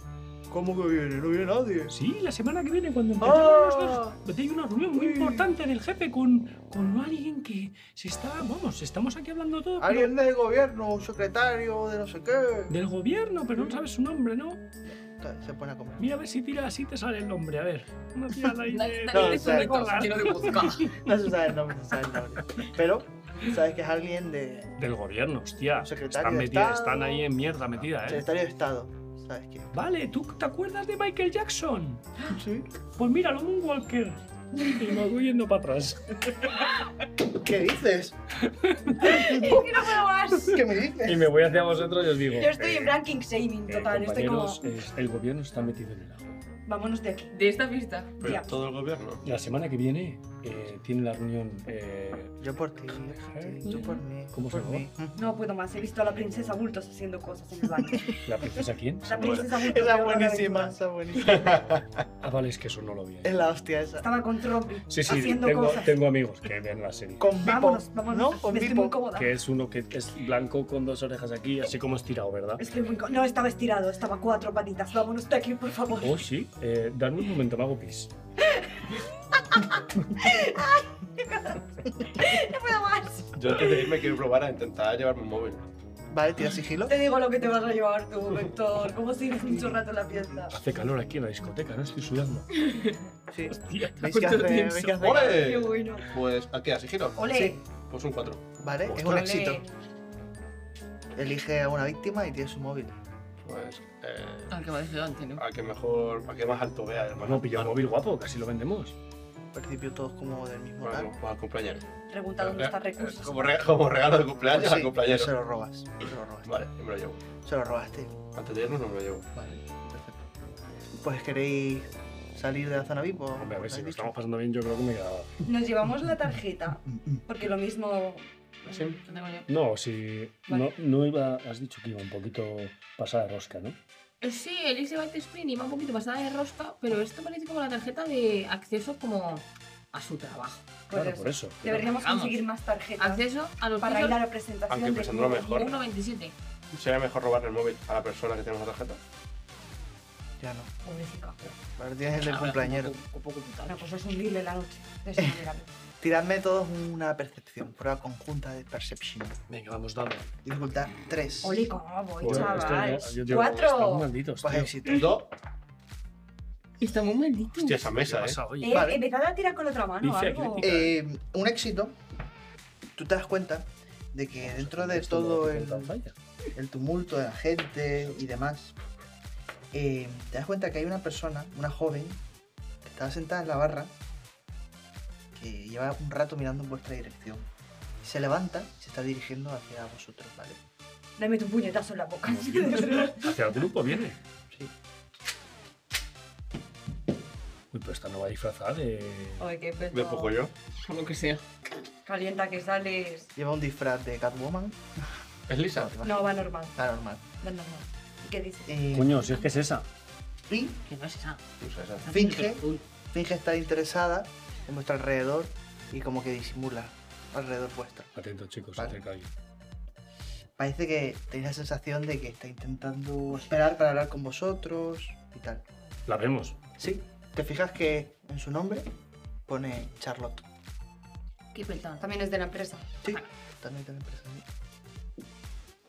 S2: ¿Cómo que viene? No viene nadie.
S3: Sí, la semana que viene cuando empezamos
S2: ¡Ah!
S3: los dos. Hay una reunión muy
S2: Uy.
S3: importante del jefe con, con alguien que se está. Vamos, estamos aquí hablando todo. pero-
S2: Alguien del gobierno, un secretario, de no Mm. sé qué.
S3: Del gobierno, pero no sabes su nombre, ¿no?
S2: Se pone a comer.
S3: Mira a ver si tira así te sale el nombre, a ver. Una tirada ahí
S5: La-
S3: de...
S5: la-
S2: No,
S5: la-
S2: o sea,
S5: la- Quiero que busca.
S2: No se sabe el nombre, no se sabe el nombre. Pero, sabes que es alguien de
S3: Del gobierno, hostia.
S2: Secretario
S3: están,
S2: de
S3: metidas-
S2: Estado.
S3: están ahí en mierda metida, ¿eh?
S2: secretario de Estado. ¿Sabes qué?
S3: Vale, ¿tú te acuerdas de Michael Jackson?
S2: Sí.
S3: Pues míralo, un Walker. Y me voy yendo para atrás.
S2: ¿Qué dices?
S4: Es que no puedo más.
S2: ¿Qué me dices?
S3: Y me voy hacia vosotros y os digo...
S4: Yo estoy en
S3: eh,
S4: ranking saving
S3: eh,
S4: total.
S2: este
S4: Estoy como.
S3: compañeros, eh, el gobierno está metido en el agua.
S4: Vámonos de aquí.
S5: De esta pista.
S6: Pero
S4: Ya.
S6: todo el gobierno.
S3: La semana que viene
S9: eh, tiene la reunión. eh,
S2: Yo por ti, tú por mí.
S9: ¿Cómo
S2: por
S9: se
S2: mí. Mm.
S4: No puedo más, he visto a la princesa Bultos haciendo cosas en el baño.
S9: ¿La princesa quién?
S4: La princesa Bultos.
S2: Esa
S4: era una
S2: buenísima,
S4: aventura.
S2: esa buenísima.
S9: Ah, vale, es que eso no lo vi.
S2: Es la hostia esa.
S4: Estaba con Trompi
S9: Sí, sí,
S4: haciendo
S9: tengo,
S4: cosas.
S9: tengo amigos que ven la serie.
S2: Con Bipo,
S4: Vámonos, vámonos.
S2: ¿no? Con
S4: Me estoy muy
S2: Bipo.
S4: incómoda.
S9: Que es uno que es blanco con dos orejas aquí, así como estirado, ¿verdad?
S4: Estoy muy incó- No estaba estirado, estaba cuatro patitas. Vámonos de aquí, por favor.
S9: Oh, sí. Eh, dame un momento, me hago pis.
S4: No puedo más.
S6: Yo antes de irme quiero probar a intentar llevarme un móvil.
S2: Vale, tira sigilo.
S4: Te digo lo que te vas a llevar tú, Vector. Como si mucho rato en la fiesta.
S9: Hace calor aquí en la discoteca, ¿no? Estoy sudando.
S2: Sí.
S9: Hostia,
S2: ¿Veis qué hace?
S9: cuánto
S2: ¿Veis
S9: tenso.
S2: qué hace?
S4: Qué
S6: ¡Ole!
S4: bueno.
S6: Pues, ¿a qué? ¿A sigilo?
S4: Ole.
S2: Sí.
S6: Pues un 4.
S2: Vale, es un
S6: Ole.
S2: éxito. Elige a una víctima y tiene su móvil.
S6: Pues, eh,
S11: Al que va delante, ¿no?
S6: a que mejor, a que más alto vea, hermano.
S9: Hemos pillado un móvil guapo, casi lo vendemos.
S2: Al principio todos como del mismo
S6: Bueno,
S2: tal.
S6: como al cumpleaños.
S4: Pregunta dónde están
S6: Eh,
S4: recursos.
S6: Como, re- como regalo de cumpleaños
S2: Pues
S6: al
S2: sí,
S6: cumpleañero.
S2: se lo robas. Se lo robaste.
S6: Vale, yo me lo llevo.
S2: Se lo robaste.
S6: Antes de irnos no me lo llevo.
S2: Vale, perfecto. Pues queréis salir de la zona VIP o.
S9: Hombre, a ver,
S2: ¿os
S9: si
S2: habéis
S9: nos
S2: dicho?
S9: estamos pasando bien, yo creo que me quedaba.
S4: Nos llevamos la tarjeta.
S2: Mm,
S4: Porque lo mismo.
S11: No tengo ni idea.
S9: No, si.
S4: Vale.
S9: No, no iba. Has dicho que iba un poquito pasada de rosca, ¿no?
S5: Eh, Sí, el Easy Bite Spring iba un poquito pasada de rosca, pero esto parece como la tarjeta de acceso como a su trabajo.
S4: Pues
S9: claro,
S4: eso.
S9: por eso.
S4: Deberíamos
S5: Vamos.
S4: conseguir más tarjetas.
S5: Acceso a los
S4: Para ir a
S5: pisos
S4: la presentación.
S6: Aunque
S4: del
S6: pensándolo
S4: nuevo
S6: mejor.
S4: libro.
S5: 1.27.
S6: ¿Sería mejor robarle el móvil a la persona que tiene la tarjeta?
S2: Ya no.
S4: Pobrecita.
S2: Ahora tienes el del cumpleañero.
S4: Bueno, pues es hundirle la noche. De esa manera.
S2: Tiradme todos una percepción. Prueba conjunta de perception.
S9: Venga, vamos, dado.
S2: Dificultad 3.
S4: Ole, cómo voy, chaval.
S9: Están
S4: Cuatro.
S9: malditos,
S2: Pues
S9: tío.
S2: éxito.
S6: Dos.
S11: Está muy maldito.
S6: Hostia, esa
S9: ¿Qué ha
S6: mesa, eh.
S9: pasado, oye?
S4: Eh,
S2: Vale.
S4: Empezad a tirar con la otra mano o
S9: Dice
S4: algo.
S9: aquí-
S2: Eh, un éxito. Tú te das cuenta de que dentro de
S9: Esto no
S2: todo
S9: va a
S2: el,
S9: resultar falla.
S2: el tumulto de la gente y demás, eh, te das cuenta que hay una persona, una joven, que estaba sentada en la barra, que lleva un rato mirando en vuestra dirección. Y se levanta y se está dirigiendo hacia vosotros, ¿vale?
S4: Dame tu puñetazo en la boca.
S9: Hacia el grupo viene.
S2: Sí.
S9: Uy, pero esta no va disfrazada de.
S4: Ay, qué pedo.
S6: Me pongo yo.
S11: Por lo que sea.
S4: Calienta que sales.
S2: Lleva un disfraz de Catwoman.
S6: ¿Es Lisa?
S4: No, va normal.
S2: Está normal.
S4: Va normal. ¿Y qué dice?
S2: Eh,
S9: Coño, si es que es esa.
S2: Y
S11: Que no es esa.
S6: No sé, Pues esa.
S2: finge, finge estar interesada en vuestro alrededor y como que disimula alrededor vuestro.
S9: Atentos, chicos,
S2: Vale.
S9: se acerca alguien.
S2: Parece que tenéis la sensación de que está intentando esperar para hablar con vosotros y tal.
S9: La vemos.
S2: Sí, te fijas que en su nombre pone Charlotte.
S11: Qué petada.
S10: También es de la empresa.
S2: Sí, también te lo impresa.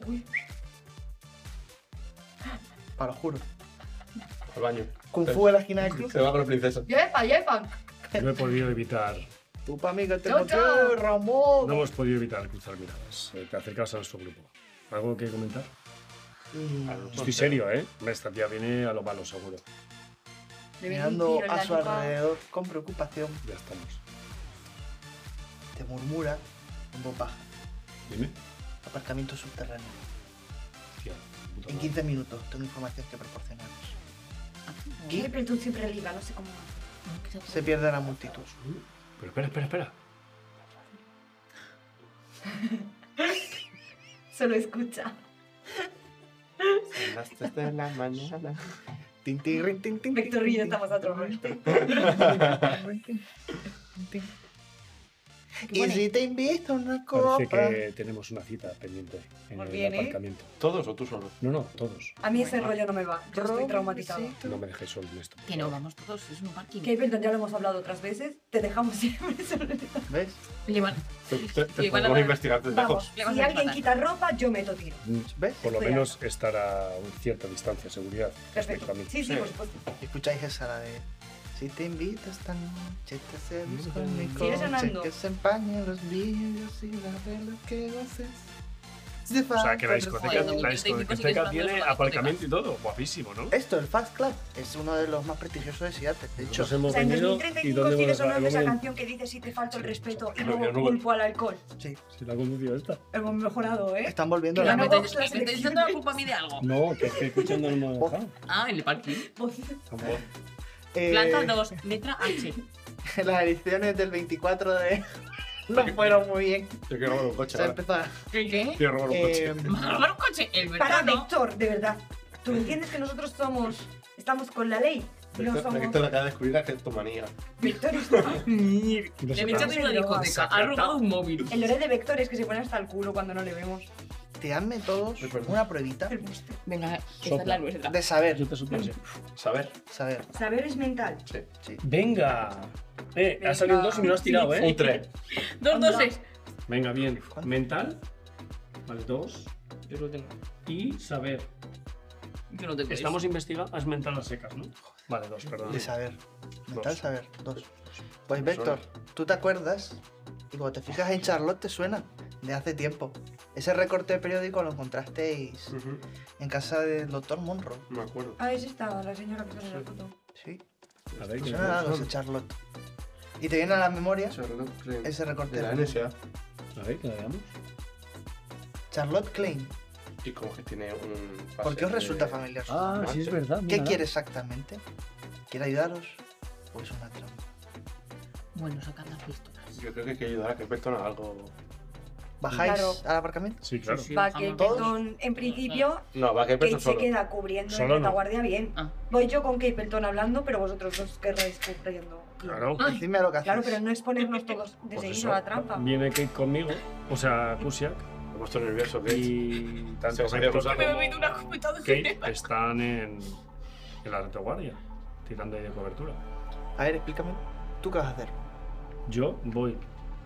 S4: Uy.
S2: Para lo juro.
S6: Al baño.
S2: Kung Fu de la esquina del club.
S6: Se va con la princesa.
S10: ¡Yepa, yepa!
S9: No he podido evitar.
S2: Tu pa' mí que te
S10: Chao,
S2: lo
S10: chao.
S2: creo, Ramón.
S9: No hemos podido evitar cruzar miradas. Eh, Te acercas a nuestro grupo. ¿Algo que comentar?
S2: Mm,
S6: Al grupo
S9: Estoy
S6: entero.
S9: serio, ¿eh? Esta tía viene a lo malo, seguro.
S10: Le viene un
S2: mirando
S10: tiro en
S2: a
S10: la
S2: su
S10: nuca.
S2: alrededor con preocupación,
S9: Ya estamos.
S2: te murmura en voz baja.
S9: Dime.
S2: Aparcamiento subterráneo.
S9: Hostia, puta
S2: En
S9: madre.
S2: 15 minutos tengo información que proporcionaros.
S4: ¿Qué? Pero tú siempre liga, no sé cómo. va.
S2: Se pierde la multitud.
S9: Pero espera, espera, espera.
S4: Solo escucha.
S6: A las 3 de la mañana.
S2: Tin, tin, rin, tin, tin,
S4: Víctor
S2: tin,
S4: y yo
S2: tin,
S4: estamos a otro rollo.
S2: Y si te invito a una
S9: Parece
S2: copa.
S9: que tenemos una cita pendiente en
S4: Pues
S9: el
S4: bien, ¿eh?
S9: aparcamiento.
S6: ¿Todos o tú solo?
S9: No, no, todos.
S4: A mí ese rollo no me va. Yo estoy traumatizado.
S9: No me dejéis solo en esto.
S11: Que no, vamos todos. Es un parking.
S4: Que perdón, ya lo hemos hablado otras veces. Te dejamos siempre solo.
S2: ¿Ves?
S5: Le van-
S6: Te, te- te
S5: Sí, igual
S6: podemos
S5: ahora-
S6: investigar desde
S4: Vamos,
S6: lejos.
S11: Le vas
S4: si
S11: a
S4: alguien
S11: empatar.
S4: quita ropa, yo meto tiro.
S9: Mm,
S2: ¿Ves?
S9: Por lo
S4: Estoy
S9: menos estará a cierta distancia, seguridad. respecto
S4: Perfecto.
S9: a mí.
S4: Sí, sí,
S6: Sí.
S4: por supuesto.
S2: Escucháis esa la de. Si te invito esta noche, te seduces con mi
S4: Sigue sonando.
S2: coche, que se empañen los vídeos y la vela que haces. Se
S9: O sea, que
S2: falta
S4: Ah,
S9: la
S2: respeto.
S4: pues,
S5: Joder,
S9: discoteca, la
S5: yo estoy
S9: discoteca
S5: disfrutando de
S9: tiene
S5: la
S9: aparcamiento y todo. Guapísimo, ¿no?
S2: Esto, el Fast Club, es uno de los más prestigiosos de Seattle. De hecho,
S9: Nosotros hemos
S4: O sea, en
S9: venido y
S4: 2035
S9: dónde
S4: tienes
S9: hemos
S4: o no
S9: hemos-
S4: esa canción que dice si te falto el respeto y
S6: no, que
S4: luego
S6: no.
S4: culpo al alcohol.
S2: sí,
S9: Si la conducido esta.
S4: Hemos mejorado, ¿eh?
S2: están volviendo
S4: Que
S2: a la
S4: no
S11: Me
S2: moda.
S4: vamos
S11: estáis
S4: a
S11: me estáis echando la culpa a mí de algo.
S9: No, que es que escuchando no hemos dejado.
S4: Pues,
S11: Ah, en el parking.
S4: Voces.
S2: Eh,
S5: Planta 2, letra H.
S2: las elecciones del 24 de... no fueron muy bien.
S6: Yo quiero robar un coche
S2: Se
S6: ahora.
S2: empezó a...
S11: ¿Qué? qué?
S6: Quiero robar un coche.
S2: eh,
S11: Robar un coche. El
S4: Para,
S11: verdad, ¿no?
S4: Víctor, de verdad. ¿Tú entiendes que nosotros somos. estamos con la ley? No
S6: Víctor-
S4: somos.
S6: Víctor acaba de descubrir la criptomanía.
S4: Víctor es-
S11: Le he
S6: sé
S11: metido
S6: nada.
S11: en una discoteca. Ha robado un móvil.
S4: El lore de Vector es que se pone hasta el culo cuando no le vemos.
S2: tiradme todos
S6: Es verdad.
S2: una pruebita
S4: El buste.
S11: Venga, esta es
S3: Sopla.
S11: la nuestra.
S2: de saber,
S3: Yo te supuse.
S6: Saber.
S2: saber.
S4: Saber es mental.
S9: Venga. Eh, ha salido un 2 y me lo has tirado,
S6: Un
S9: ¿eh?
S6: 3.
S11: Dos
S4: Anda.
S11: doses.
S9: Venga, bien.
S2: ¿Cuánto?
S9: Mental. Vale, 2. Yo lo tengo. Y saber.
S11: Yo no tengo
S9: Estamos
S11: eso.
S9: investigando. Ah, Es mental a secas, ¿no? Vale, 2, perdón.
S2: De saber. Mental
S9: Dos.
S2: saber. Dos. Pues Vector, tú te acuerdas y cuando te fijas en Charlotte te suena de hace tiempo. Ese recorte de periódico lo encontrasteis
S6: Ujú,
S2: en casa del doctor Monroe.
S6: Me acuerdo.
S4: Ah, es esta, la señora que sale en la foto.
S2: Sí.
S9: A ver,
S2: Te
S9: ¿qué
S2: suena de algo ese Charlotte. Y te viene a la memoria ese recorte
S6: De la
S2: periódico.
S6: NSA.
S9: A ver, que la veamos.
S2: Charlotte Klein.
S6: Y como que tiene un. pase
S2: ¿Por qué os
S6: de-
S2: resulta familiar? su
S3: Ah,
S2: nombre?
S3: sí, es verdad.
S2: ¿Qué
S3: mira.
S2: quiere exactamente? ¿Quiere ayudaros? Pues una trampa.
S11: Bueno, sacad las pistolas.
S6: Yo creo que hay que ayudar a que Pecton haga algo.
S2: ¿Bajáis
S4: Claro.
S2: al aparcamiento?
S9: Sí,
S11: Sí,
S9: claro.
S11: sí,
S4: Va
S11: jamás.
S4: que
S2: ¿Todos?
S4: Pelton, en principio,
S6: No, va a que
S4: Kate
S6: Pecton
S4: se
S6: solo.
S4: queda cubriendo
S9: Solo no.
S4: en la guardia bien.
S11: Ah.
S4: Voy yo con Kate Pelton hablando, pero vosotros dos querréis cubriendo.
S9: Claro.
S11: Ay.
S2: Decidme lo que
S4: Claro,
S2: hacéis.
S4: pero no es ponernos todos de
S9: Pues
S4: seguido a
S9: eso.
S4: la trampa.
S9: Viene Kate conmigo. O sea, Kusiak.
S6: Me he puesto nervioso, Kate.
S9: Y tanto
S6: Se sabía
S9: Vector
S6: usar
S11: Me he
S6: como-
S11: bebido una copeta de
S9: Kate
S11: cine.
S9: están en, en la retaguardia, tirando ahí de cobertura.
S2: A ver, explícame. ¿Tú qué vas a hacer?
S9: Yo voy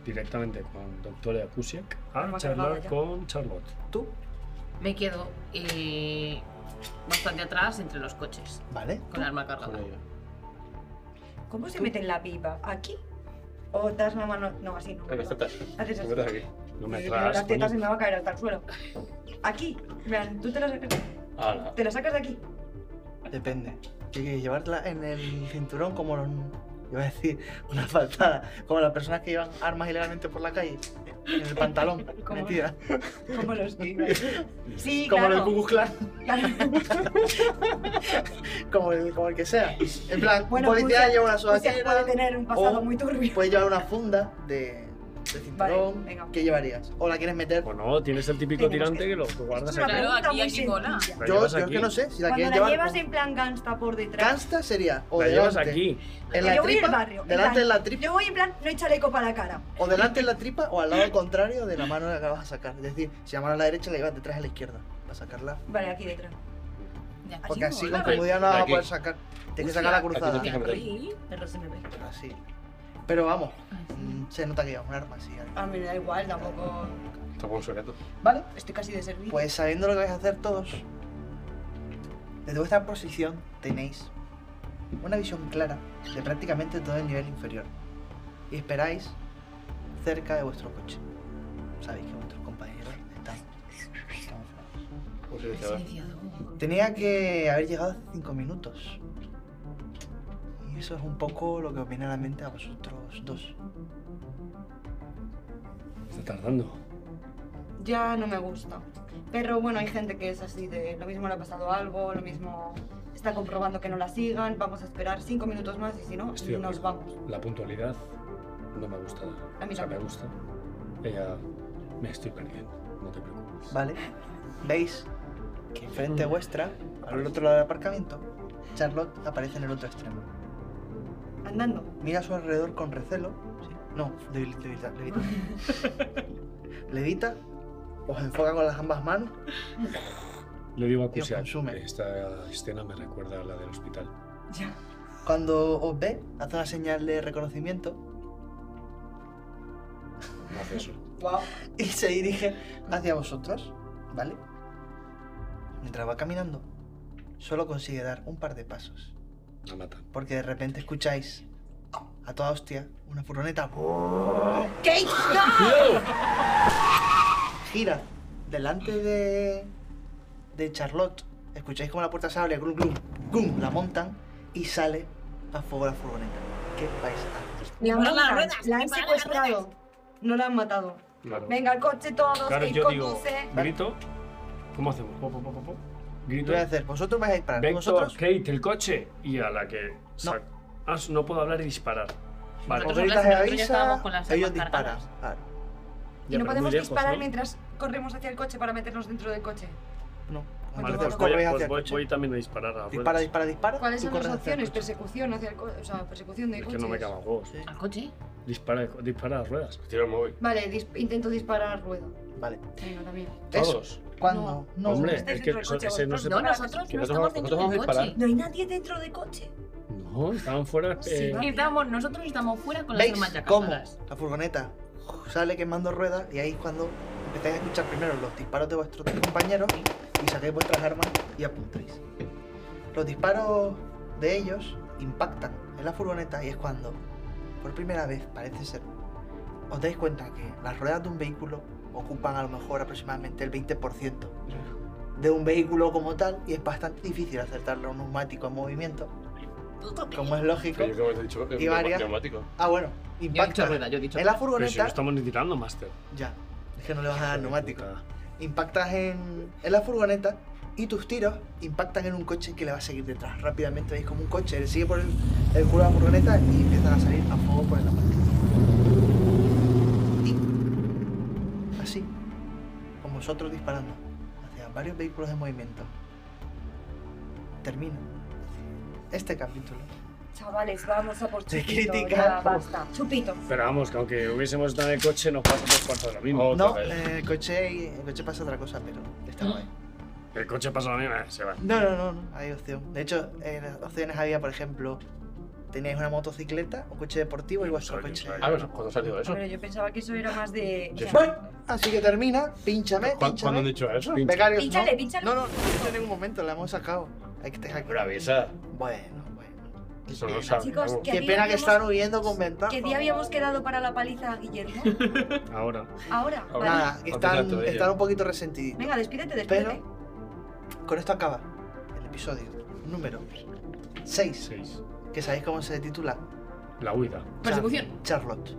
S9: directamente con Doctora Kusiak a
S4: Vamos a
S9: charlar
S4: acabar ya.
S9: con Charlotte.
S2: ¿Tú?
S11: Me quedo eh, bastante atrás entre los coches,
S2: ¿Vale?
S11: con el arma
S6: Con
S11: cargada.
S6: ella.
S4: ¿Cómo se meten la pipa? ¿Aquí? ¿O das la mano? No, así no.
S6: Venga,
S4: ¿verdad?
S6: estás.
S4: Haces así.
S6: Estás aquí.
S9: No me
S4: Yo creo que
S9: atrás.
S4: Las tetas se
S9: coño.
S4: me va a caer hasta el suelo. Aquí. Vean, tú te las sacas,
S6: Ala.
S4: te las sacas de aquí.
S2: Depende. ¿Qué quieres? ¿Llevarla en el cinturón como los... Iba a decir una faltada. Como las personas que llevan armas ilegalmente por la calle. En el pantalón.
S4: ¿Cómo?
S2: Mentira.
S4: Como los niños. Sí,
S2: Como en el
S4: claro.
S2: Ku Klux Klan,
S4: claro.
S2: Como el, como el que sea. En plan,
S4: Bueno,
S2: un policía
S4: Rusia-
S2: lleva una
S4: Rusia puede
S2: sudadera.
S4: tener un pasado
S2: o-
S4: muy turbio.
S2: Puedes llevar una funda de, de cinturón.
S4: venga.
S2: ¿Qué llevarías? ¿O la quieres meter?
S9: O no, tienes el típico
S4: Tenemos
S9: tirante
S4: que-
S9: que lo que guardas
S4: Es una
S9: aquí.
S11: Claro, pues,
S4: pregunta
S11: aquí,
S4: muy
S11: aquí mola.
S4: sencilla.
S2: Yo,
S9: La llevas
S2: yo es
S9: aquí.
S2: que no sé si la
S4: Cuando
S2: quieres
S4: la
S2: llevar.
S4: llevas
S2: como-
S4: en plan gangsta por detrás.
S2: Cansta sería. O
S9: La llevas
S2: delante.
S9: aquí.
S2: En la
S4: yo voy
S2: tripa,
S4: en el barrio. en
S2: delante de
S4: plan,
S2: la tripa.
S4: Yo voy en plan, no hay chaleco para la cara.
S2: O delante en la tripa o al lado contrario de la mano que acabas de sacar. Es decir, si la mano a la derecha, la llevas detrás a la izquierda. Para sacarla.
S4: Vale, aquí detrás.
S11: Ya.
S2: Porque así con
S11: mola,
S2: comodidad no la vas a
S6: Aquí.
S2: poder sacar. Tienes que
S11: Hostia,
S2: Pues, sacar la
S6: aquí
S2: cruzada.
S6: te
S11: ¿eh? Sí.
S4: Pero se me ve.
S2: Así. Pero vamos,
S11: Ay, sí.
S2: mm, se nota que llevas un arma así. ahí.
S4: A mí me da igual, tampoco.
S6: Tampoco un secreto.
S2: Vale.
S4: Estoy casi de servicio.
S2: Pues sabiendo lo que vais a hacer todos, desde vuestra posición tenéis una visión clara de prácticamente todo el nivel inferior. Y esperáis cerca de vuestro coche. Sabéis que vuestros compañeros están. camuflados.
S6: Un
S11: El
S6: silenciador.
S11: silenciador.
S2: Tenía que haber llegado hace 5 minutos. Y eso es un poco lo que os viene a la mente a vosotros dos.
S9: Está tardando.
S4: Ya no me gusta. Pero bueno, hay gente que es así de lo mismo le ha pasado algo, lo mismo está comprobando que no la sigan, vamos a esperar cinco minutos más y si no,
S9: Estoy de
S4: nos
S9: acuerdo.
S4: vamos.
S9: La puntualidad no me ha gustado.
S4: A mí
S9: o sea, me
S4: tampoco.
S9: gusta. Ella me estoy perdiendo. No te preocupes.
S2: ¿Vale? ¿Veis? Que frente vuestra, al otro lado del aparcamiento, Charlotte aparece en el otro extremo.
S4: Andando.
S2: Mira a su alrededor con recelo. sí, No, debil- debilita, levita. levita, os enfoca con las ambas manos.
S9: Le digo a
S2: Dios,
S9: Kusiak.
S2: consume.
S9: Esta escena me recuerda a la del hospital.
S4: Ya.
S2: Cuando os ve, hace una señal de reconocimiento
S9: No hace eso.
S4: Wow.
S2: y se dirige hacia vosotros, ¿vale? Mientras va caminando, solo consigue dar un par de pasos,
S9: La matan.
S2: porque de repente escucháis a toda hostia una furgoneta
S4: ¿Qué?
S2: gira delante de, de Charlotte. Escucháis como la puerta se abre, glum, glum, glum, la montan y sale a fuego la furgoneta. ¿Qué vais a hacer?
S4: La,
S11: Para las
S4: matan,
S11: ruedas,
S4: la han
S11: para las
S4: secuestrado. No la han matado.
S6: Claro.
S4: Venga, el coche todos,
S9: Claro,
S4: que
S9: yo digo,
S4: conduce.
S9: grito. ¿Cómo hacemos? Po, po, po, po, po.
S2: ¿Qué
S9: Grito.
S2: vais a hacer? Vosotros vais a disparar.
S9: Vector,
S2: Vosotros
S9: Kate, el coche. Y a la que. sac- Ah, no puedo hablar y disparar. Vale.
S2: Vosotros
S9: Podéis-
S2: habláis
S9: Nosotros ya
S2: y avisa,
S11: estábamos con las
S2: ellos
S11: armas
S2: disparan.
S11: cargadas.
S2: Claro.
S4: Y
S9: Ya,
S4: no
S9: pero muy
S4: podemos
S9: lejos,
S4: disparar
S9: ¿no?
S4: mientras corremos hacia el coche para meternos dentro del coche.
S2: No.
S9: Vale,
S2: Entonces
S9: pues
S2: corre
S9: voy,
S2: hacia
S9: a- pues
S2: el
S9: voy-
S2: coche.
S9: voy también a disparar a
S2: Dispara,
S9: ruedas.
S2: dispara, dispara.
S4: ¿Cuáles
S2: tú
S4: son las
S2: corres hacia el
S4: opciones?
S2: coche.
S4: Persecución hacia el coche. O sea, persecución de
S9: Es
S4: coches.
S9: que no me cago en juegos.
S2: Sí.
S11: ¿Al coche?
S9: Dispara, dispara a ruedas.
S6: Tiro el móvil.
S4: Vale, dis- intento disparar rueda.
S2: Vale.
S4: Venga, también.
S2: Eso.
S6: Todos.
S2: ¿Cuándo? No.
S9: Hombre,
S4: estáis
S9: es que
S4: dentro del
S9: eso-
S4: coche
S9: ese no
S4: vosotros,
S9: se
S11: No,
S4: Separad.
S11: nosotros no
S6: Nosotros
S11: estamos
S6: vamos-
S11: dentro
S6: nosotros
S11: del
S6: vamos a
S11: coche.
S4: No hay nadie dentro del coche.
S9: No, estaban fuera.
S4: Sí,
S9: eh,
S4: va.
S11: Estamos, nosotros estamos fuera con las
S2: ¿Veis
S11: armas ya
S2: cómo
S11: cargadas.
S2: la furgoneta sale quemando ruedas y ahí es cuando empezáis a escuchar primero los disparos de vuestros tres compañeros y sacáis vuestras armas y apuntáis. Los disparos de ellos impactan en la furgoneta y es cuando, por primera vez parece ser, os dais cuenta que las ruedas de un vehículo ocupan a lo mejor aproximadamente el 20% de un vehículo como tal y es bastante difícil acertarle a un neumático en movimiento, como es lógico.
S6: Pero yo como te he dicho, es
S2: Y varias.
S6: neumático.
S2: Ah, bueno,
S11: Yo he dicho
S2: impacta.
S11: rueda, yo he dicho
S2: En la
S11: rueda.
S9: pero si no
S2: furgoneta.
S9: estamos ni tirando, Master.
S2: Ya, es que no le vas a dar neumático.
S9: Puta.
S2: Impactas en, en la furgoneta y tus tiros impactan en un coche que le va a seguir detrás. Rápidamente veis como un coche le sigue por el, el culo de la furgoneta y empiezan a salir a fuego por el aparte. Y así, con vosotros disparando hacia varios vehículos de movimiento, termina este capítulo.
S4: Chavales, vamos a por
S2: Se
S4: chupito.
S2: critica.
S4: ya, basta. Chupito.
S9: Pero vamos, que aunque hubiésemos estado en el coche, nos pasa por cuarto de lo mismo.
S6: Otra
S2: No,
S6: vez.
S2: eh, el, coche, el coche pasa otra cosa, pero está guay.
S9: El coche pasa lo mismo, eh, se va.
S2: No, no, no, no, hay opción. De hecho, en las opciones había, por ejemplo, teníais una motocicleta, un coche deportivo y vuestro
S9: Soy un
S2: coche.
S9: soy.
S6: Ah, pero ¿cuándo salió eso?
S4: Pero yo pensaba que eso era más de.
S6: Yo-
S2: Bueno, así que termina, pínchame,
S6: ¿Cuá- ¿Cuándo han
S2: pínchame.
S6: dicho eso?
S2: Becarios,
S4: Pínchale,
S2: no.
S4: pínchale.
S2: No, no, no, no, en ningún momento la hemos sacado. Hay que dejar
S6: Pero avisa.
S2: Bueno, bueno.
S6: Eso no lo saben.
S4: Chicos,
S6: vamos.
S4: ¿qué-
S2: Qué
S4: día
S2: pena que
S4: habíamos-
S2: están huyendo con ventaja.
S4: ¿Qué día habíamos quedado para la paliza, Guillermo?
S9: Ahora.
S4: Ahora.
S6: Ahora.
S4: Vale.
S2: Nada,
S6: Vale.
S2: están,
S6: Acuérdate de
S2: están
S6: ello.
S2: un poquito resentiditos.
S4: Venga, despídete,
S2: Pero-
S4: despídete.
S2: Con esto acaba el episodio número 6,
S9: 6.
S2: que sabéis cómo se titula.
S9: La huida.
S11: Persecución.
S2: Charlotte.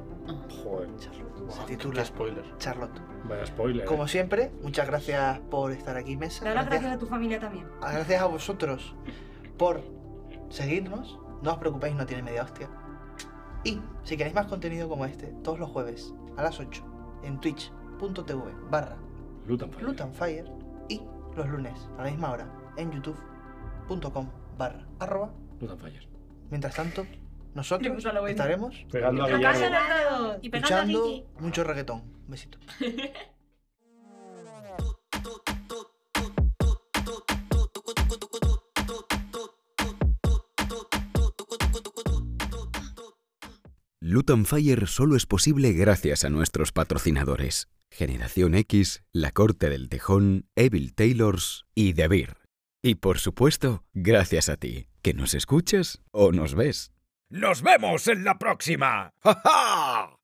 S6: Joder.
S2: Charlotte.
S6: Buah,
S2: Se
S6: qué-
S2: titula
S6: Qué spoiler.
S2: Charlotte.
S9: Vaya spoiler.
S6: eh.
S2: Como siempre, muchas gracias por estar aquí, Mesa.
S4: Dar las gracias a tu familia también.
S2: a- gracias a vosotros por seguirnos. No os preocupéis, no tiene media hostia. Y si queréis más contenido como este, todos los jueves a las 8 en twitch.tv barra
S9: Lutan.
S2: glutenfire y los lunes a la misma hora en youtube.com barra arroba. Mientras tanto, nosotros
S4: Iremos a la buena.
S2: estaremos
S6: Pegando a
S4: Pero
S6: Guillermo.
S4: pasa nada.
S11: Y pegando a
S2: escuchando
S11: Ricky.
S2: mucho reggaetón. Un besito.
S1: Luton Fire solo es posible gracias a nuestros patrocinadores. Generación X, La Corte del Tejón, Evil Taylors y The Beer. Y por supuesto, gracias a ti, que nos escuchas o nos ves.
S12: Nos vemos en la próxima. ¡Ja, ja!